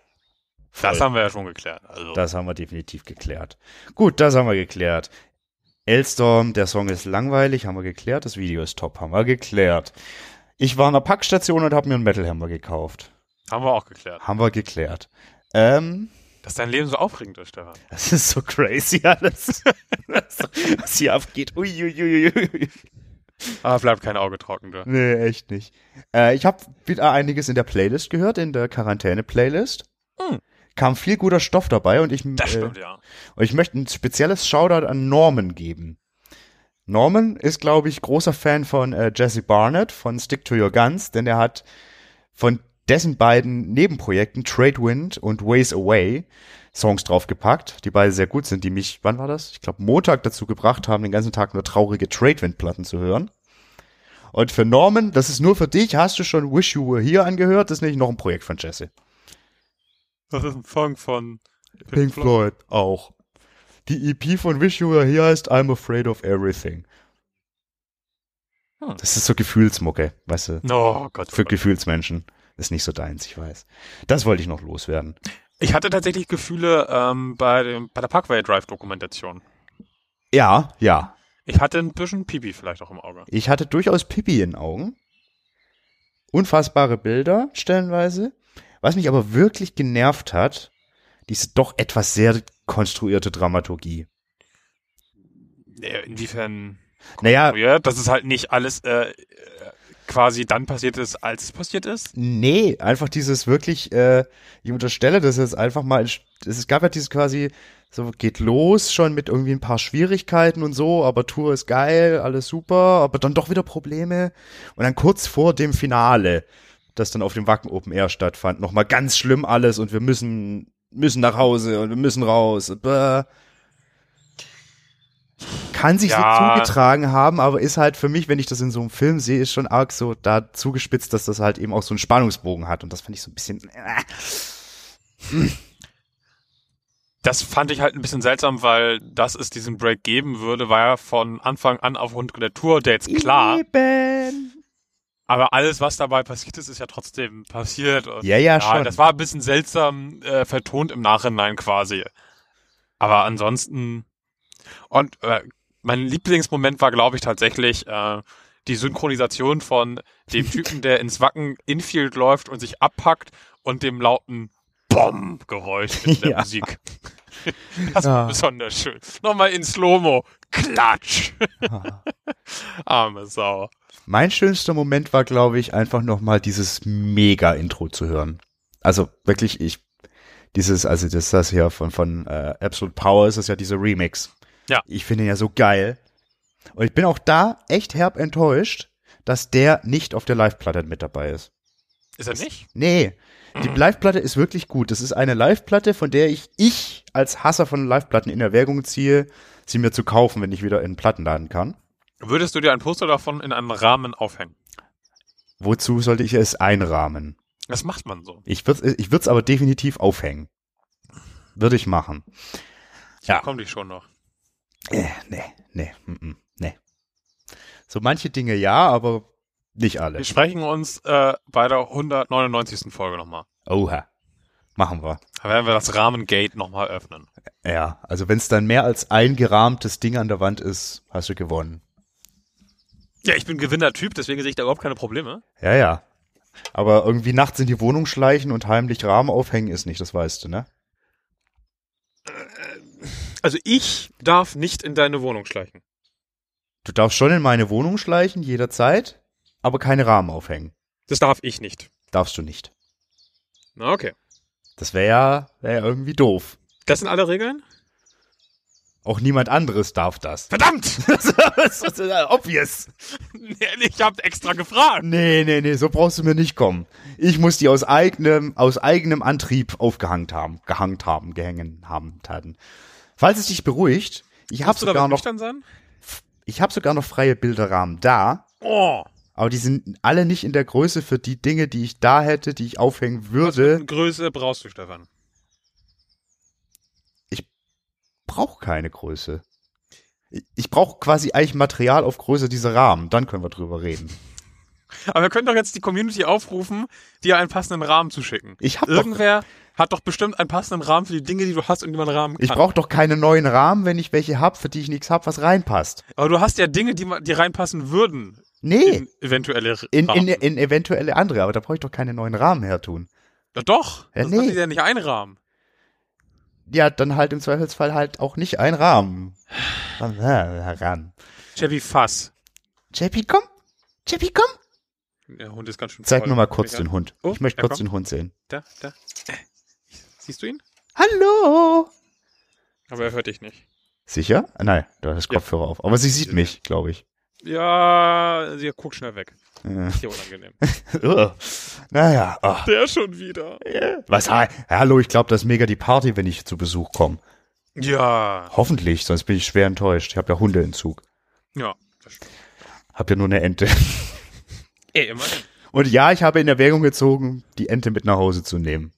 C: Das haben wir ja schon geklärt. Also.
B: das haben wir definitiv geklärt. Gut, das haben wir geklärt. Elstorm, der Song ist langweilig, haben wir geklärt. Das Video ist top, haben wir geklärt. Ich war an der Packstation und habe mir einen Metal Hammer gekauft.
C: Haben wir auch geklärt.
B: Haben wir geklärt. Ähm,
C: Dass dein Leben so aufregend ist, Stefan.
B: das ist so crazy alles, was hier abgeht. Uiuiuiui.
C: Aber Ah, bleibt kein Auge trocken, du.
B: Nee, echt nicht. Äh, ich habe wieder einiges in der Playlist gehört, in der Quarantäne-Playlist.
C: Hm.
B: Kam viel guter Stoff dabei und ich,
C: Das
B: äh,
C: stimmt, ja.
B: und ich möchte ein spezielles Shoutout an Norman geben. Norman ist, glaube ich, großer Fan von äh, Jesse Barnett von Stick to Your Guns, denn er hat von dessen beiden Nebenprojekten Trade Wind und Ways Away Songs draufgepackt, die beide sehr gut sind, die mich, wann war das? Ich glaube, Montag dazu gebracht haben, den ganzen Tag nur traurige Trade Wind Platten zu hören. Und für Norman, das ist nur für dich, hast du schon Wish You Were Here angehört, das ist nicht noch ein Projekt von Jesse.
C: Das ist ein Song von Pink,
B: Pink Floyd auch. Die EP von Wish You Were Here heißt I'm Afraid of Everything.
C: Hm.
B: Das ist so Gefühlsmucke, weißt du?
C: Oh Gott.
B: Für Gefühlsmenschen. Ist nicht so deins, ich weiß. Das wollte ich noch loswerden.
C: Ich hatte tatsächlich Gefühle ähm, bei, dem, bei der Parkway Drive Dokumentation.
B: Ja, ja.
C: Ich hatte ein bisschen Pipi vielleicht auch im Auge.
B: Ich hatte durchaus Pipi in den Augen. Unfassbare Bilder, stellenweise. Was mich aber wirklich genervt hat, diese doch etwas sehr konstruierte Dramaturgie.
C: Äh, Inwiefern.
B: Naja,
C: Ja, dass es halt nicht alles äh, äh, quasi dann passiert ist, als es passiert ist.
B: Nee, einfach dieses wirklich, äh, ich unterstelle das jetzt einfach mal, in- es gab ja dieses quasi, so geht los schon mit irgendwie ein paar Schwierigkeiten und so, aber Tour ist geil, alles super, aber dann doch wieder Probleme. Und dann kurz vor dem Finale, das dann auf dem Wacken Open Air stattfand, nochmal ganz schlimm alles und wir müssen, müssen nach Hause und wir müssen raus. und Bäh. Kann sich
C: Ja.
B: so zugetragen haben, aber ist halt für mich, wenn ich das in so einem Film sehe, ist schon arg so da zugespitzt, dass das halt eben auch so einen Spannungsbogen hat. Und das fand ich so ein bisschen. äh,
C: Das fand ich halt ein bisschen seltsam, weil dass es diesen Break geben würde, war ja von Anfang an aufgrund der Tour-Dates klar.
B: Eben.
C: Aber alles, was dabei passiert ist, ist ja trotzdem passiert. Und
B: Ja, ja,
C: ja,
B: schon.
C: das war ein bisschen seltsam äh, vertont im Nachhinein quasi. Aber ansonsten. Und äh, mein Lieblingsmoment war, glaube ich, tatsächlich äh, die Synchronisation von dem Typen, der ins Wacken Infield läuft und sich abpackt und dem lauten Bomb-Geräusch in der
B: Ja.
C: Musik. Das war
B: Ja.
C: besonders schön. Nochmal in Slow-Mo. Klatsch. Arme Sau.
B: mein schönster Moment war, glaube ich, einfach nochmal dieses Mega-Intro zu hören. Also wirklich, ich. Dieses, also das, das hier von, von äh, Absolute Power ist das ja dieser Remix.
C: Ja.
B: Ich finde ihn ja so geil. Und ich bin auch da echt herb enttäuscht, dass der nicht auf der Live-Platte mit dabei ist.
C: Ist er nicht?
B: Nee, die
C: Mhm.
B: Live-Platte ist wirklich gut. Das ist eine Live-Platte, von der ich, ich als Hasser von Live-Platten in Erwägung ziehe, sie mir zu kaufen, wenn ich wieder in den Plattenladen kann.
C: Würdest du dir ein Poster davon in einem Rahmen aufhängen?
B: Wozu sollte ich es einrahmen?
C: Das macht man so.
B: Ich würde es ich würd's aber definitiv aufhängen. Würde ich machen. Ja.
C: Komm dich schon noch.
B: Äh, nee, nee, mm, mm, nee. So manche Dinge ja, aber nicht alle.
C: Wir sprechen uns äh, bei der 199. Folge nochmal.
B: Oha. Machen wir.
C: Da werden wir das Rahmengate nochmal öffnen.
B: Ja, also wenn es dann mehr als ein gerahmtes Ding an der Wand ist, hast du gewonnen.
C: Ja, ich bin Gewinnertyp, deswegen sehe ich da überhaupt keine Probleme.
B: Ja, ja. Aber irgendwie nachts in die Wohnung schleichen und heimlich Rahmen aufhängen ist nicht, das weißt du, ne?
C: Also ich darf nicht in deine Wohnung schleichen.
B: Du darfst schon in meine Wohnung schleichen, jederzeit, aber keine Rahmen aufhängen.
C: Das darf ich nicht.
B: Darfst du nicht.
C: Na, okay.
B: Das wäre ja, wär ja irgendwie doof.
C: Das sind alle Regeln?
B: Auch niemand anderes darf das.
C: Verdammt!
B: das ist ja obvious.
C: ich habe extra gefragt.
B: Nee, nee, nee, so brauchst du mir nicht kommen. Ich muss die aus eigenem, aus eigenem Antrieb aufgehangt haben, gehangt haben, gehängen haben, taten. Falls es dich beruhigt, ich habe
C: Darfst du
B: sogar
C: damit
B: noch,
C: nüchtern sein?
B: ich habe sogar noch freie Bilderrahmen da.
C: Oh,
B: Aber die sind alle nicht in der Größe für die Dinge, die ich da hätte, die ich aufhängen würde.
C: Größe brauchst du, Stefan.
B: Brauche keine Größe. Ich- Ich brauche quasi eigentlich Material auf Größe dieser Rahmen. Dann können wir drüber reden.
C: Aber wir können doch jetzt die Community aufrufen, dir einen passenden Rahmen zu schicken.
B: Ich hab doch,
C: Irgendwer hat doch bestimmt einen passenden Rahmen für die Dinge, die du hast und die man rahmen kann.
B: ich brauche doch keine neuen Rahmen, wenn ich welche hab, für die ich nichts hab, was reinpasst.
C: Aber du hast ja Dinge, die, ma- die reinpassen würden
B: Nee,
C: in eventuelle R-
B: in, in,
C: Rahmen.
B: in eventuelle andere. Aber da brauche ich doch keine neuen Rahmen her tun.
C: ja, doch,
B: Ja,
C: das
B: nee.
C: kannst du ja nicht einrahmen.
B: Ja, dann halt im Zweifelsfall halt auch nicht ein Rahmen. äh, Ran.
C: Chevy Fass.
B: JP, komm. JP, komm.
C: Der Hund ist ganz schön
B: Zeig
C: voll.
B: mir mal kurz
C: Ja.
B: den Hund.
C: Oh,
B: Ich möchte
C: er
B: kurz
C: kommt.
B: den Hund sehen.
C: Da, da. Siehst du ihn?
B: Hallo.
C: Aber er hört dich nicht.
B: Sicher? Ah, Nein, du hast
C: Ja.
B: Kopfhörer auf. Aber sie sieht mich, glaube ich.
C: Ja, sie guckt schnell weg.
B: Äh.
C: Ist ja unangenehm.
B: Ugh. naja. ah.
C: Der schon wieder.
B: Was? ha- Hallo, ich glaube, das ist mega die Party, wenn ich zu Besuch komme.
C: Ja.
B: Hoffentlich, sonst bin ich schwer enttäuscht. Ich habe ja Hundeentzug.
C: Ja.
B: Hab ja nur eine Ente.
C: Ey, immerhin.
B: Und ja, ich habe in Erwägung gezogen, die Ente mit nach Hause zu nehmen.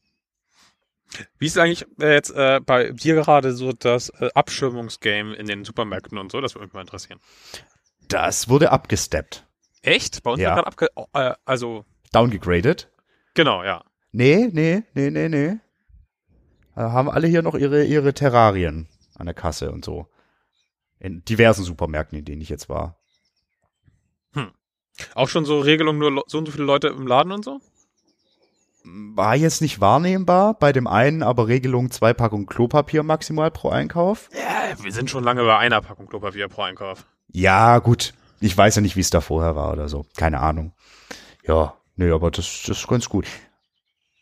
C: Wie ist eigentlich äh, jetzt äh, bei dir gerade so das äh, Abschirmungsgame in den Supermärkten und so? Das würde mich mal interessieren.
B: Das wurde abgesteppt.
C: Echt? Bei uns
B: Ja.
C: wird gerade abge... Oh, äh, also,
B: Downgegradet.
C: genau, ja.
B: Nee, nee, nee, nee, nee. Äh, haben alle hier noch ihre, ihre Terrarien an der Kasse und so. In diversen Supermärkten, in denen ich jetzt war.
C: Auch schon so Regelungen, nur lo- so und so viele Leute im Laden und so?
B: war jetzt nicht wahrnehmbar. Bei dem einen aber Regelung zwei Packungen Klopapier maximal pro Einkauf.
C: Ja, wir sind schon lange bei einer Packung Klopapier pro Einkauf.
B: Ja, gut. Ich weiß ja nicht, wie es da vorher war oder so. Keine Ahnung. Ja, nee, aber das, das ist ganz gut.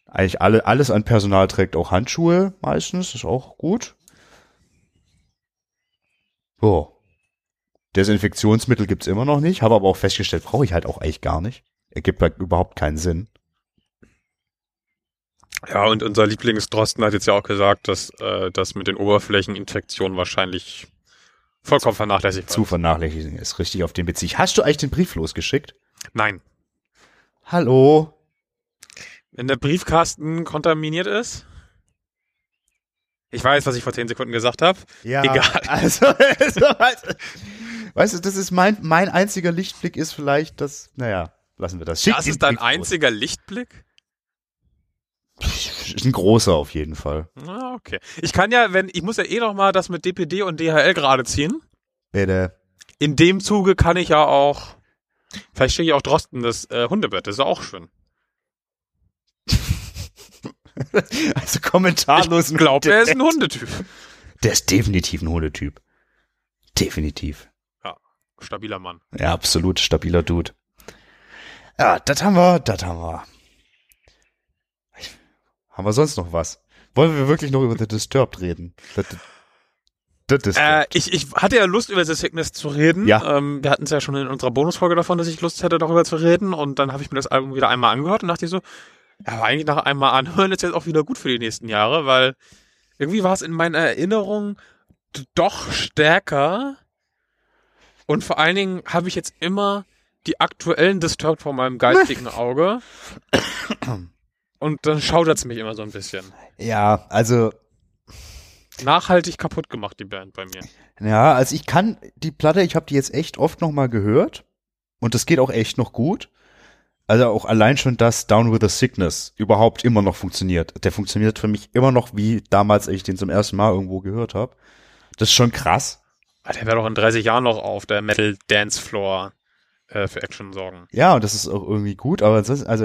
B: Eigentlich alle, alles an Personal trägt auch Handschuhe meistens. Ist auch gut. Ja. Desinfektionsmittel gibt's immer noch nicht. Habe aber auch festgestellt, brauche ich halt auch eigentlich gar nicht. Ergibt halt überhaupt keinen Sinn.
C: Ja, und unser Lieblingsdrosten hat jetzt ja auch gesagt, dass äh, das mit den Oberflächeninfektionen wahrscheinlich vollkommen vernachlässigt
B: Zu vernachlässigen ist richtig auf den Bezug. Hast du eigentlich den Brief losgeschickt?
C: Nein.
B: Hallo?
C: Wenn der Briefkasten kontaminiert ist. Ich weiß, was ich vor 10 Sekunden gesagt habe.
B: Ja.
C: Egal.
B: Also, also, also weißt du, das ist mein, mein einziger Lichtblick ist vielleicht das, naja, lassen wir das. Schick
C: Das
B: den
C: ist dein
B: Brief los.
C: einziger Lichtblick?
B: Ist ein großer auf jeden Fall.
C: Ah, okay. Ich kann ja, wenn, ich muss ja eh noch mal das mit DPD und DHL gerade ziehen.
B: Bitte.
C: In dem Zuge kann ich ja auch, vielleicht schicke ich auch Drosten das äh, Hundebett, das ist auch schön.
B: Also kommentarlos.
C: Ich glaube, er ist ein Hundetyp.
B: Der ist definitiv ein Hundetyp. Definitiv.
C: Stabiler Mann.
B: Ja, absolut stabiler Dude. Ja, das haben wir, das haben wir. Haben wir sonst noch was? Wollen wir wirklich noch über The Disturbed reden? The, the, the
C: Äh,
B: Disturbed.
C: ich, ich hatte ja Lust, über The Sickness zu reden.
B: Ja.
C: Ähm, wir hatten es ja schon in unserer Bonusfolge davon, dass ich Lust hätte, darüber zu reden. Und dann habe ich mir das Album wieder einmal angehört und dachte so, ja, aber eigentlich nach einmal anhören ist jetzt auch wieder gut für die nächsten Jahre, weil irgendwie war es in meiner Erinnerung d- doch stärker. Und vor allen Dingen habe ich jetzt immer die aktuellen Disturbed vor meinem geistigen Auge. Und dann schaudert es mich immer so ein bisschen.
B: ja, also,
C: Nachhaltig kaputt gemacht, die Band bei mir.
B: ja, also ich kann die Platte, ich habe die jetzt echt oft nochmal gehört. Und das geht auch echt noch gut. Also auch allein schon das Down with the Sickness überhaupt immer noch funktioniert. Der funktioniert für mich immer noch wie damals, als ich den zum ersten Mal irgendwo gehört habe. Das ist schon krass.
C: Ah, Der wäre doch in 30 Jahren noch auf der Metal Dance Floor äh, für Action sorgen.
B: Ja, und das ist auch irgendwie gut, aber ansonsten, also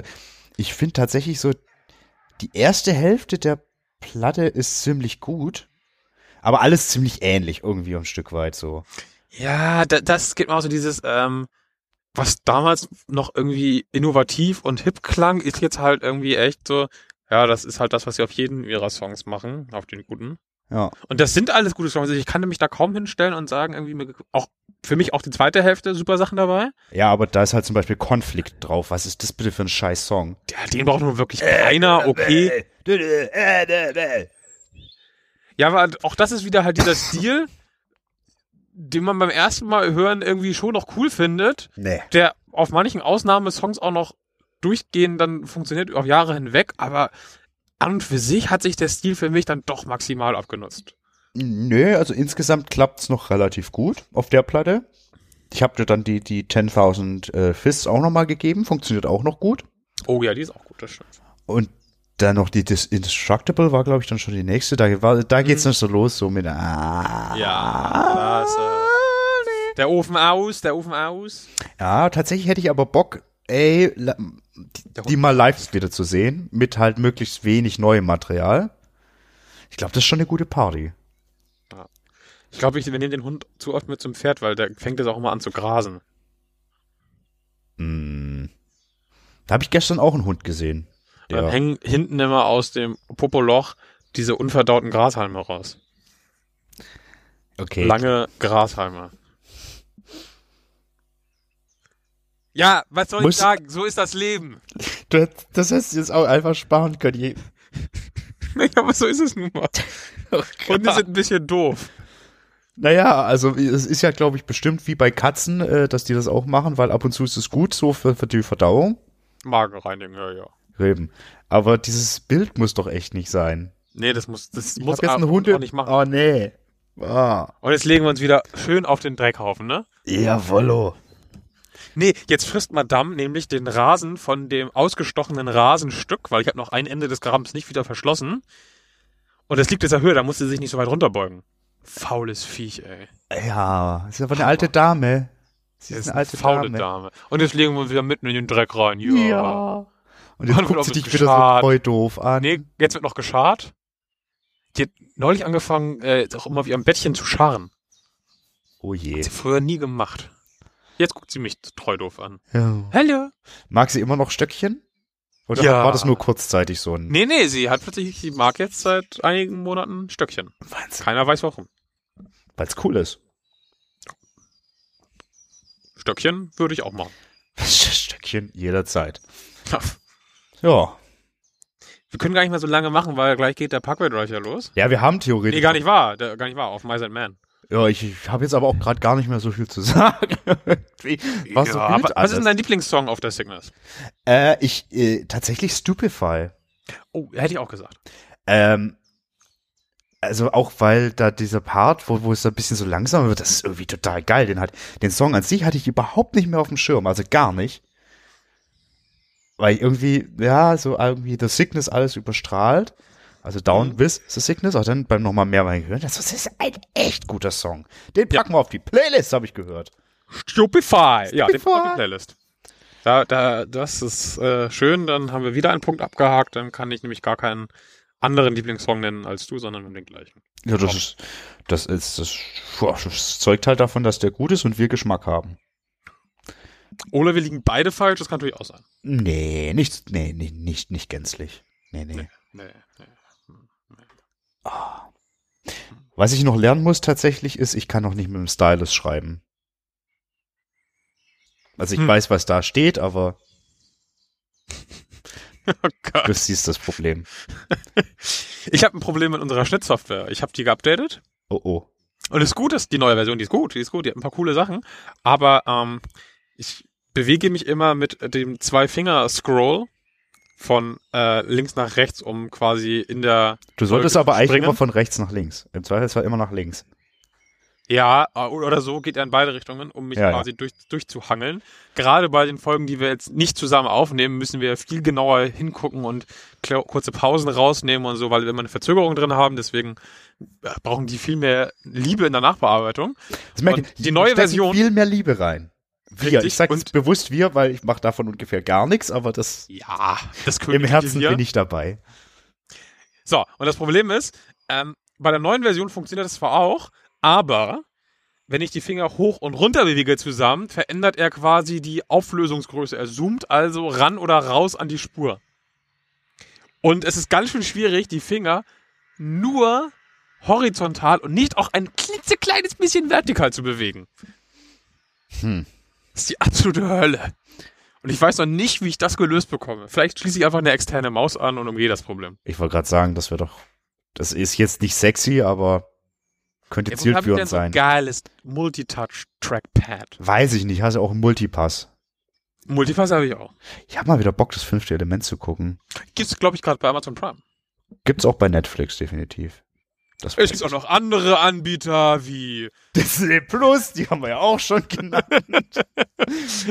B: ich finde tatsächlich so, die erste Hälfte der Platte ist ziemlich gut, aber alles ziemlich ähnlich irgendwie ein Stück weit so.
C: Ja, da, das geht mir auch so dieses, ähm, was damals noch irgendwie innovativ und hip klang, ist jetzt halt irgendwie echt so, ja, das ist halt das, was sie auf jeden ihrer Songs machen, auf den guten.
B: Ja.
C: Und das sind alles gute Songs. Also ich kann mich da kaum hinstellen und sagen, irgendwie mir, auch für mich auch die zweite Hälfte super Sachen dabei.
B: Ja, aber da ist halt zum Beispiel Konflikt drauf. Was ist das bitte für ein scheiß Song?
C: Ja, den braucht nun wirklich keiner, okay. Ja, aber auch das ist wieder halt dieser Stil, den man beim ersten Mal hören irgendwie schon noch cool findet,
B: Nee.
C: der auf manchen Ausnahmesongs auch noch durchgehend dann funktioniert auf Jahre hinweg, aber an und für sich hat sich der Stil für mich dann doch maximal abgenutzt.
B: Nö, also insgesamt klappt's noch relativ gut auf der Platte. Ich habe dir dann die, die 10.000 äh, Fists auch nochmal gegeben, funktioniert auch noch gut.
C: Oh ja, die ist auch gut, das stimmt.
B: Und dann noch die Dis Indestructible war, glaube ich, dann schon die nächste. Da, war, da geht's dann so los, so mit. Ah,
C: Ja, das, äh, der Ofen aus, der Ofen aus.
B: ja, tatsächlich hätte ich aber Bock, ey, la- die, die mal live wieder zu sehen, mit halt möglichst wenig neuem Material. Ich glaube, das ist schon eine gute Party.
C: Ich glaube, ich, wir nehmen den Hund zu oft mit zum Pferd, weil der fängt jetzt auch immer an zu grasen.
B: Da habe ich gestern auch einen Hund gesehen.
C: Dann hängen hinten immer aus dem Popoloch diese unverdauten Grashalme raus.
B: okay.
C: Lange Grashalme. Ja, was soll
B: Muss-
C: ich sagen? So ist das Leben.
B: Du hätt- Das hättest du jetzt auch einfach sparen können. Je-
C: Aber so ist es nun mal. Hunde sind ein bisschen doof.
B: Naja, also es ist ja, glaube ich, bestimmt wie bei Katzen, äh, dass die das auch machen, weil ab und zu ist es gut so für, für die Verdauung.
C: Magen reinigen, ja, ja.
B: Reben. Aber dieses Bild muss doch echt nicht sein.
C: Nee, das muss, das
B: Ich
C: muss
B: hab jetzt einen
C: auch-
B: Hund.
C: auch nicht machen.
B: Oh nee. Ah.
C: Und jetzt legen wir uns wieder schön auf den Dreckhaufen, ne?
B: Jawollo.
C: Nee, jetzt frisst Madame nämlich den Rasen von dem ausgestochenen Rasenstück, weil ich habe noch ein Ende des Grabens nicht wieder verschlossen. Und das liegt jetzt ja höher, da muss sie sich nicht so weit runterbeugen. Faules Viech, ey.
B: Ja, ist aber eine alte Dame. Sie
C: Das
B: ist
C: ist
B: eine alte
C: faule
B: Dame.
C: Dame. Und jetzt legen wir uns wieder mitten in den Dreck rein. Ja.
B: Ja. Und jetzt
C: Mann,
B: guckt
C: wird
B: sie
C: auch
B: dich wieder so
C: geschart.
B: voll doof an.
C: Nee, jetzt wird noch geschart. Die hat neulich angefangen, äh, auch immer wie am Bettchen zu scharen.
B: Oh je.
C: Hat sie früher nie gemacht. Jetzt guckt sie mich treu doof an.
B: Ja.
C: Hallo?
B: Mag sie immer noch Stöckchen? Oder
C: Ja.
B: war das nur kurzzeitig so ein
C: Nee, nee, sie hat plötzlich, sie mag jetzt seit einigen Monaten Stöckchen.
B: Wahnsinn?
C: Keiner weiß warum.
B: Weil's cool ist.
C: Stöckchen würde ich auch machen.
B: Stöckchen jederzeit.
C: Ja.
B: Ja.
C: Wir können gar nicht mehr so lange machen, weil gleich geht der Parkway-Dreicher los.
B: Ja, wir haben theoretisch.
C: Nee, gar nicht wahr. Der, gar nicht wahr. Auf My Side Man.
B: Ja, ich, ich habe jetzt aber auch gerade gar nicht mehr so viel zu sagen. Irgendwie war so wild
C: wa- was ist denn
B: alles.
C: dein Lieblingssong auf der Sickness?
B: äh, ich äh, tatsächlich Stupefy.
C: Oh, hätte ich auch gesagt.
B: Ähm, also auch weil da dieser Part, wo, wo es da ein bisschen so langsamer wird, das ist irgendwie total geil. Den hat den Song an sich hatte ich überhaupt nicht mehr auf dem Schirm, also gar nicht. Weil irgendwie, ja, so irgendwie The Sickness alles überstrahlt. Also Down with The Sickness, auch dann beim nochmal mehrmals gehört. Das ist ein echt guter Song. Den packen wir auf die Playlist, habe ich gehört.
C: Stupefy. Ja, den
B: Stupefy.
C: auf die Playlist. Da, da, das ist äh, schön. Dann haben wir wieder einen Punkt abgehakt. Dann kann ich nämlich gar keinen anderen Lieblingssong nennen als du, sondern nur den gleichen.
B: Ja, das ist, das ist, das, boah, das zeugt halt davon, dass der gut ist und wir Geschmack haben.
C: Oder wir liegen beide falsch. Das kann natürlich auch sein.
B: Nee, nicht, nee, nicht, nicht, nicht gänzlich. Nee, nee.
C: Nee, nee.
B: Was ich noch lernen muss tatsächlich ist, ich kann noch nicht mit dem Stylus schreiben. Also ich
C: Hm.
B: weiß, was da steht, aber
C: Oh Gott.
B: das ist das Problem.
C: Ich habe ein Problem mit unserer Schnittsoftware. Ich habe die geupdatet.
B: Oh oh.
C: Und es ist gut, dass die neue Version, die ist gut, die ist gut, die hat ein paar coole Sachen. Aber ähm, ich bewege mich immer mit dem Zwei-Finger-Scroll von äh, links nach rechts, um quasi in der
B: Du solltest
C: Soll ich
B: aber eigentlich
C: springen?
B: immer von rechts nach links. Im Zweifelsfall immer nach links.
C: ja, äh, oder so geht er in beide Richtungen, um mich
B: Ja, ja.
C: quasi Durch, durchzuhangeln. Gerade bei den Folgen, die wir jetzt nicht zusammen aufnehmen, müssen wir viel genauer hingucken und kle- kurze Pausen rausnehmen und so, weil wir immer eine Verzögerung drin haben. Deswegen äh, brauchen die viel mehr Liebe in der Nachbearbeitung.
B: Das merke
C: Und die neue
B: da stecken
C: Version-
B: viel mehr Liebe rein. Wir,
C: Richtig,
B: ich sage jetzt
C: und-
B: bewusst wir, weil ich mache davon ungefähr gar nichts, aber das
C: Ja, das
B: im Herzen
C: ich.
B: bin ich dabei.
C: So, und das Problem ist, ähm, bei der neuen Version funktioniert das zwar auch, aber wenn ich die Finger hoch und runter bewege zusammen, verändert er quasi die Auflösungsgröße. Er zoomt also ran oder raus an die Spur. Und es ist ganz schön schwierig, die Finger nur horizontal und nicht auch ein klitzekleines bisschen vertikal zu bewegen.
B: Hm.
C: Das ist die absolute Hölle. Und ich weiß noch nicht, wie ich das gelöst bekomme. Vielleicht schließe ich einfach eine externe Maus an und umgehe das Problem.
B: Ich wollte gerade sagen, das wäre doch. Das ist jetzt nicht sexy, aber könnte
C: Ja, wo hab ich denn
B: zielführend
C: so ein
B: sein.
C: geiles Multitouch-Trackpad.
B: Weiß ich nicht, hast ja auch einen Multipass.
C: Multipass habe ich auch.
B: Ich habe mal wieder Bock, das fünfte Element zu gucken.
C: Gibt's, glaube ich, gerade bei Amazon Prime.
B: Gibt's auch bei Netflix definitiv. Das
C: Es gibt auch noch andere Anbieter wie.
B: Disney Plus, die haben wir ja auch schon genannt.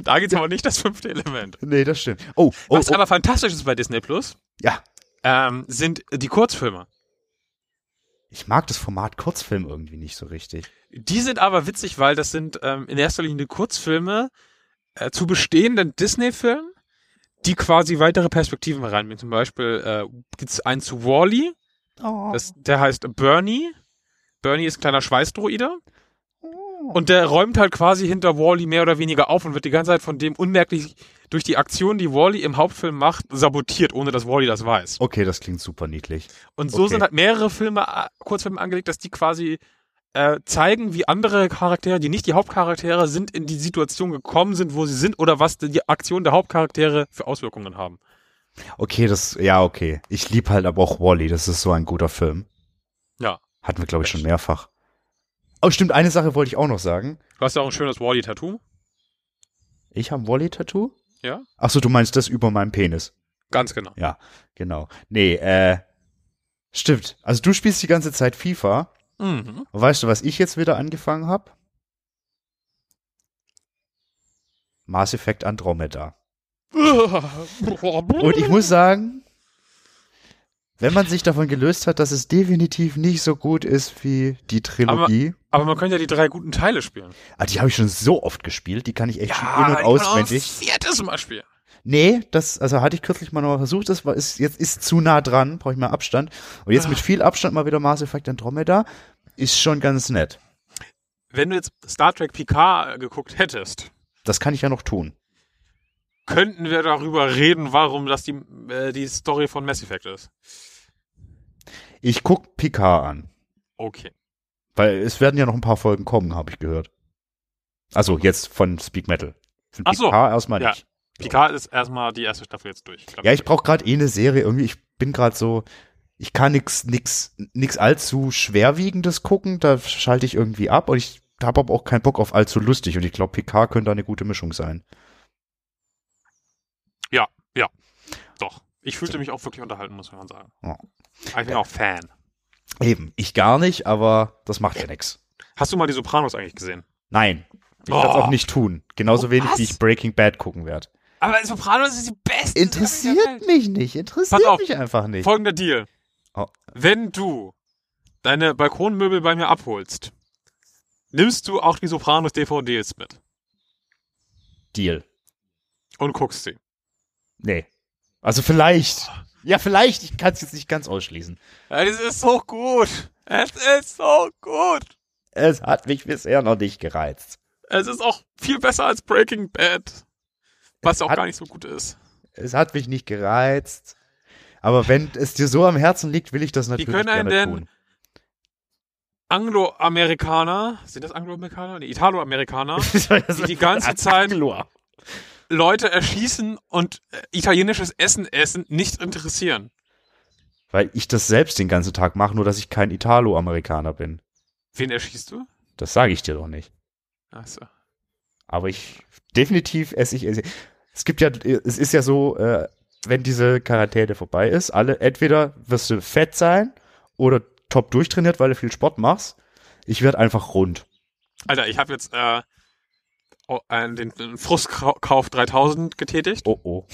C: Da geht's aber nicht das fünfte Element.
B: nee, das stimmt. Oh, oh,
C: Was
B: oh.
C: aber fantastisch ist bei Disney Plus,
B: ja.
C: ähm, sind die Kurzfilme.
B: Ich mag das Format Kurzfilm irgendwie nicht so richtig.
C: Die sind aber witzig, weil das sind ähm, in erster Linie Kurzfilme äh, zu bestehenden Disney-Filmen, die quasi weitere Perspektiven reinbringen. Zum Beispiel äh, gibt's einen zu Wally,
B: Oh.
C: das, der heißt Bernie. Bernie ist ein kleiner Schweißdroide. Und der räumt halt quasi hinter Wally mehr oder weniger auf und wird die ganze Zeit von dem unmerklich durch die Aktion, die Wally im Hauptfilm macht, sabotiert, ohne dass Wally das weiß.
B: okay, das klingt super niedlich.
C: Und so
B: okay.
C: sind halt mehrere Filme, äh, Kurzfilme angelegt, dass die quasi äh, zeigen, wie andere Charaktere, die nicht die Hauptcharaktere sind, in die Situation gekommen sind, wo sie sind oder was die Aktion der Hauptcharaktere für Auswirkungen haben.
B: Okay, das, ja, okay. Ich lieb halt aber auch Wally, das ist so ein guter Film.
C: Ja.
B: Hatten wir, glaube ich, schon mehrfach. Oh, stimmt, eine Sache wollte ich auch noch sagen.
C: Du hast ja auch ein schönes Wally-Tattoo.
B: Ich habe ein Wally-Tattoo?
C: Ja.
B: Achso, du meinst das über meinem Penis.
C: Ganz genau.
B: Genau. Nee, äh. Stimmt. Also du spielst die ganze Zeit FIFA.
C: Mhm.
B: Und weißt du, was ich jetzt wieder angefangen habe? Mass Effect Andromeda. Und ich muss sagen, wenn man sich davon gelöst hat, dass es definitiv nicht so gut ist wie die Trilogie.
C: Aber man könnte ja die drei guten Teile spielen.
B: ah, die habe ich schon so oft gespielt, die kann ich echt schon in- und
C: ich kann auch ein
B: auswendig.
C: Viertes Mal spielen.
B: Nee, das, also hatte ich kürzlich mal nochmal versucht, das war, ist, jetzt ist zu nah dran, brauche ich mal Abstand. Und jetzt
C: Ah.
B: mit viel Abstand mal wieder Mass Effect Andromeda, ist schon ganz nett.
C: Wenn du jetzt Star Trek Picard geguckt hättest,
B: Das kann ich ja noch tun.
C: könnten wir darüber reden, warum das die, äh, die Story von Mass Effect ist.
B: Ich guck Picard an,
C: Okay.
B: weil es werden ja noch ein paar Folgen kommen, habe ich gehört. Also jetzt von Speak Metal. Von
C: Ach so,
B: Picard erstmal
C: ja.
B: nicht.
C: Picard ist erstmal die erste Staffel jetzt durch.
B: Ja, ich brauche gerade eh eine Serie. Irgendwie, ich bin gerade so, ich kann nix, nix, nix allzu schwerwiegendes gucken. Da schalte ich irgendwie ab und ich habe aber auch keinen Bock auf allzu lustig. Und ich glaube, PK könnte da eine gute Mischung sein.
C: Doch. Ich fühlte mich auch wirklich unterhalten, muss man sagen.
B: Ja.
C: Aber ich bin auch Fan.
B: Eben, ich gar nicht, aber das macht ja nix.
C: Hast du mal die Sopranos eigentlich gesehen?
B: Nein, ich werde es
C: Oh.
B: auch nicht tun. Genauso
C: Oh,
B: wenig, wie
C: was?
B: ich Breaking Bad gucken werde.
C: Aber Sopranos ist die beste.
B: Interessiert mich nicht, interessiert
C: Pass auf,
B: mich einfach nicht.
C: Folgender Deal.
B: Oh.
C: Wenn du deine Balkonmöbel bei mir abholst, nimmst du auch die Sopranos DVDs mit
B: Deal.
C: und guckst sie.
B: Nee. Also vielleicht. Ja, vielleicht. Ich kann es jetzt nicht ganz ausschließen.
C: Ja, das ist so gut. Es ist so gut.
B: Es hat mich bisher noch nicht gereizt.
C: Es ist auch viel besser als Breaking Bad. Was auch
B: hat-
C: gar nicht so gut ist.
B: Es hat mich nicht gereizt. Aber wenn es dir so am Herzen liegt, will ich das natürlich
C: können einen
B: gerne
C: denn-
B: tun.
C: Angloamerikaner, sind das Angloamerikaner? Nee, Italoamerikaner, die die ganze Zeit
B: Angloa.
C: Leute erschießen und äh, italienisches Essen essen nicht interessieren.
B: Weil ich das selbst den ganzen Tag mache, nur dass ich kein Italo-Amerikaner bin.
C: Wen erschießt du?
B: Das sage ich dir doch nicht.
C: Achso.
B: Aber ich definitiv esse ich. Esse. Es gibt ja, es ist ja so, äh, wenn diese Quarantäne vorbei ist, alle entweder wirst du fett sein oder top durchtrainiert, weil du viel Sport machst. Ich werde einfach rund.
C: Alter, ich habe jetzt äh, oh, äh, den, den Frustkauf 3000 getätigt
B: Oh oh.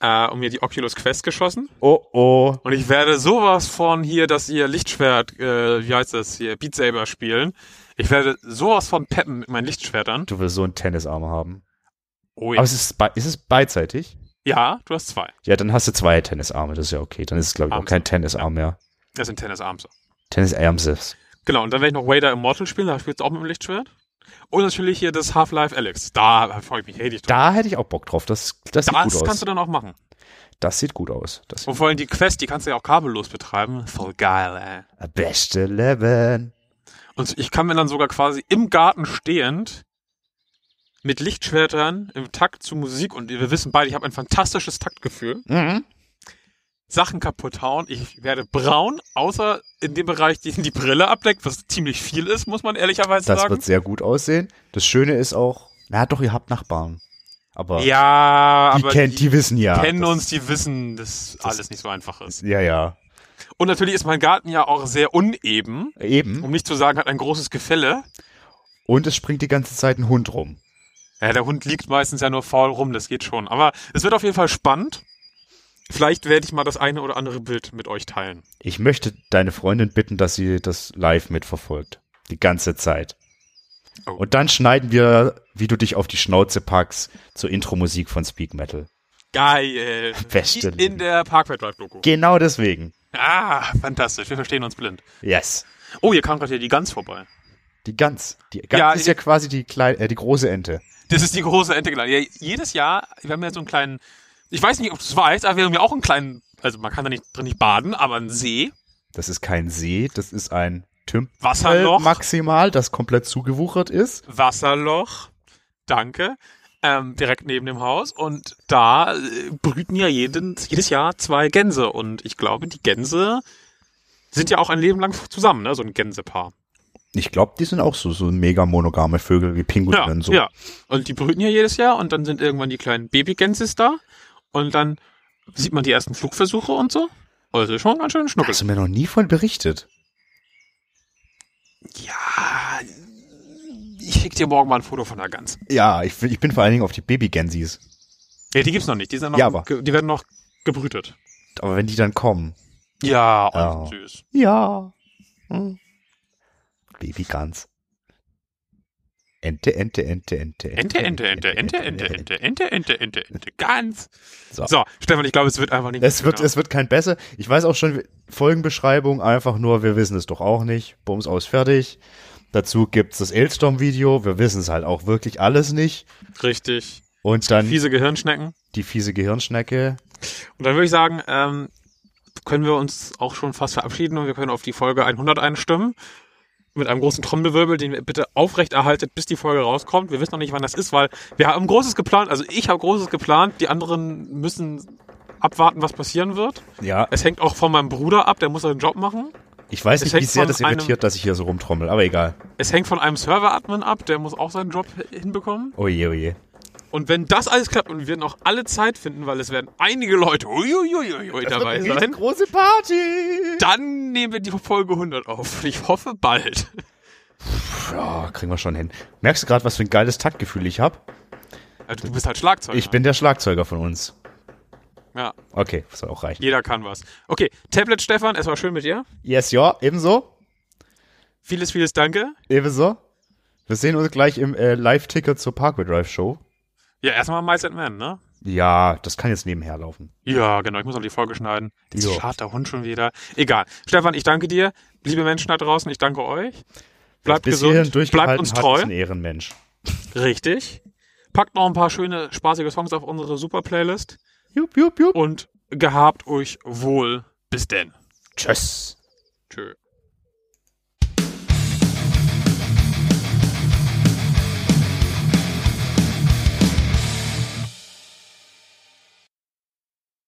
C: äh, und mir die Oculus Quest geschossen.
B: Oh oh.
C: Und ich werde sowas von hier, dass ihr Lichtschwert, äh, wie heißt das hier, Beat Saber spielen. Ich werde sowas von peppen mit meinen Lichtschwertern.
B: Du willst so einen Tennisarm haben.
C: Oh
B: Aber
C: ja.
B: es ist, bei- ist es beidseitig?
C: Ja, du hast zwei.
B: Ja, dann hast du zwei Tennisarme, das ist ja okay. Dann ist es, glaube ich, auch
C: Arms.
B: kein Tennisarm mehr.
C: Das sind Tennisarms.
B: Tennisärmse.
C: Genau, und dann werde ich noch Wader Immortal spielen, da spielst du auch mit dem Lichtschwert. Und natürlich hier das Half-Life Alex. Da freue ich mich richtig drauf.
B: Da hätte ich auch Bock drauf. Das, das sieht
C: Das
B: gut aus.
C: kannst du Oh. dann auch machen.
B: das sieht gut aus. Das
C: Und vor allem die Quest, die kannst du ja auch kabellos betreiben. Voll geil, ey.
B: beste Leben.
C: Und ich kann mir dann sogar quasi im Garten stehend mit Lichtschwertern im Takt zu Musik und wir wissen beide, ich habe ein fantastisches Taktgefühl.
B: Mhm.
C: Sachen kaputt hauen. Ich werde braun, außer in dem Bereich, den die Brille abdeckt, was ziemlich viel ist, muss man ehrlicherweise
B: Das
C: sagen.
B: wird sehr gut aussehen. Das Schöne ist auch, na doch, ihr habt Nachbarn. Aber
C: ja,
B: die,
C: aber
B: kennt, die, wissen ja.
C: kennen
B: das-
C: uns, die wissen, dass alles nicht so einfach ist.
B: Ja, ja.
C: Und natürlich ist mein Garten ja auch sehr uneben, um
B: Eben.
C: nicht zu sagen, hat ein großes Gefälle.
B: Und es springt die ganze Zeit ein Hund rum.
C: Ja, der Hund liegt meistens ja nur faul rum, das geht schon. Aber es wird auf jeden Fall spannend. Vielleicht werde ich mal das eine oder andere Bild mit euch teilen.
B: Ich möchte deine Freundin bitten, dass sie das live mitverfolgt. Die ganze Zeit.
C: Oh.
B: Und dann schneiden wir, wie du dich auf die Schnauze packst, zur Intro-Musik von Speak Metal.
C: Geil.
B: Beste
C: Wie In
B: Leben.
C: der Parkway Drive Doku.
B: Genau deswegen.
C: Ah, fantastisch. Wir verstehen uns blind.
B: Yes.
C: Oh, hier kam gerade hier die Gans vorbei.
B: Die Gans. Die Gans
C: Ja,
B: ist
C: ich-
B: ja quasi die, kleine, äh, die große Ente.
C: Das ist die große Ente gelandet. Ja, jedes Jahr, wir haben ja so einen kleinen, ich weiß nicht, ob du es weißt, aber wir haben ja auch einen kleinen, also man kann da nicht drin nicht baden, aber einen See,
B: Das ist kein See, das ist ein Tümpel
C: Wasserloch.
B: Äh, maximal, das komplett zugewuchert ist.
C: Wasserloch, danke, ähm, direkt neben dem Haus. Und da äh, brüten ja jeden, jedes Jahr zwei Gänse. Und ich glaube, die Gänse sind ja auch ein Leben lang zusammen, ne? so ein Gänsepaar.
B: Ich glaube, die sind auch so, so mega monogame Vögel wie
C: Ja,
B: Pinguine.
C: und
B: und so.
C: ja. Und die brüten ja jedes Jahr und dann sind irgendwann die kleinen Babygänse da. Und dann sieht man die ersten Flugversuche und so. Also schon ganz schön schnuckelig.
B: Hast du mir noch nie von berichtet?
C: Ja, ich schick dir morgen mal ein Foto von der Gans.
B: Ja, ich, ich bin vor allen Dingen auf die Babygänsis.
C: Ja, die gibt's noch nicht. Die, sind noch,
B: Ja, aber-
C: ge- die werden noch gebrütet.
B: Aber wenn die dann kommen.
C: Ja,
B: Oh.
C: und süß.
B: Ja. Hm. Babygans. Ente, Ente, Ente, Ente,
C: Ente, Ente, Ente, Ente, Ente, Ente, Ente, Ente, Ente, Ente, ganz.
B: So.
C: So, Stefan, ich glaube, es wird einfach nicht.
B: Es wird,
C: genau.
B: es wird kein besser. Ich weiß auch schon Folgenbeschreibung, einfach nur, wir wissen es doch auch nicht. Bums aus, fertig. Dazu gibt's das Elstorm-Video. Wir wissen es halt auch wirklich alles nicht.
C: richtig.
B: Und dann
C: Fiese Gehirnschnecken.
B: die fiese Gehirnschnecke.
C: Und dann würde ich sagen, ähm, können wir uns auch schon fast verabschieden und wir können auf die Folge 100 einstimmen. Mit einem großen Trommelwirbel, den ihr bitte aufrechterhaltet, bis die Folge rauskommt. Wir wissen noch nicht, wann das ist, weil wir haben Großes geplant. Also ich habe Großes geplant. Die anderen müssen abwarten, was passieren wird.
B: Ja,
C: Es hängt auch von meinem Bruder ab, der muss seinen Job machen.
B: ich weiß
C: es
B: nicht, wie
C: hängt
B: sehr
C: von
B: das
C: einem-
B: irritiert, dass ich hier so rumtrommel, aber egal.
C: Es hängt von einem Server-Admin ab, der muss auch seinen Job hinbekommen.
B: Oje, oje.
C: Und wenn das alles klappt und wir noch alle Zeit finden, weil es werden einige Leute uiuiuiui dabei sein,
B: große Party!
C: dann nehmen wir die Folge 100 auf. Ich hoffe bald.
B: Ja, kriegen wir schon hin. Merkst du gerade, was für ein geiles Taktgefühl ich habe?
C: Also du bist halt Schlagzeuger.
B: Ich bin der Schlagzeuger von uns.
C: Ja,
B: Okay, soll auch reichen.
C: jeder kann was. Okay, Tablet Stefan, es war schön mit dir.
B: Yes, ja, ebenso.
C: Vieles, vieles Danke.
B: Ebenso. Wir sehen uns gleich im äh, Live-Ticket zur Parkway Drive Show.
C: Ja, erstmal Miles and Man, ne?
B: Ja, das kann jetzt nebenher laufen.
C: Ja, genau, ich muss noch die Folge schneiden. Jetzt
B: Jo.
C: schart der Hund schon wieder. Egal. Stefan, ich danke dir. Liebe Menschen da draußen, ich danke euch. Bleibt
B: Bis hierhin
C: gesund,
B: durchgehalten
C: bleibt uns
B: hat,
C: treu.
B: ist ein Ehrenmensch.
C: Richtig. Packt noch ein paar schöne, spaßige Songs auf unsere Super-Playlist
B: Jupp, jupp, jupp.
C: und gehabt euch wohl. Bis denn.
B: Tschüss.
C: Tschö.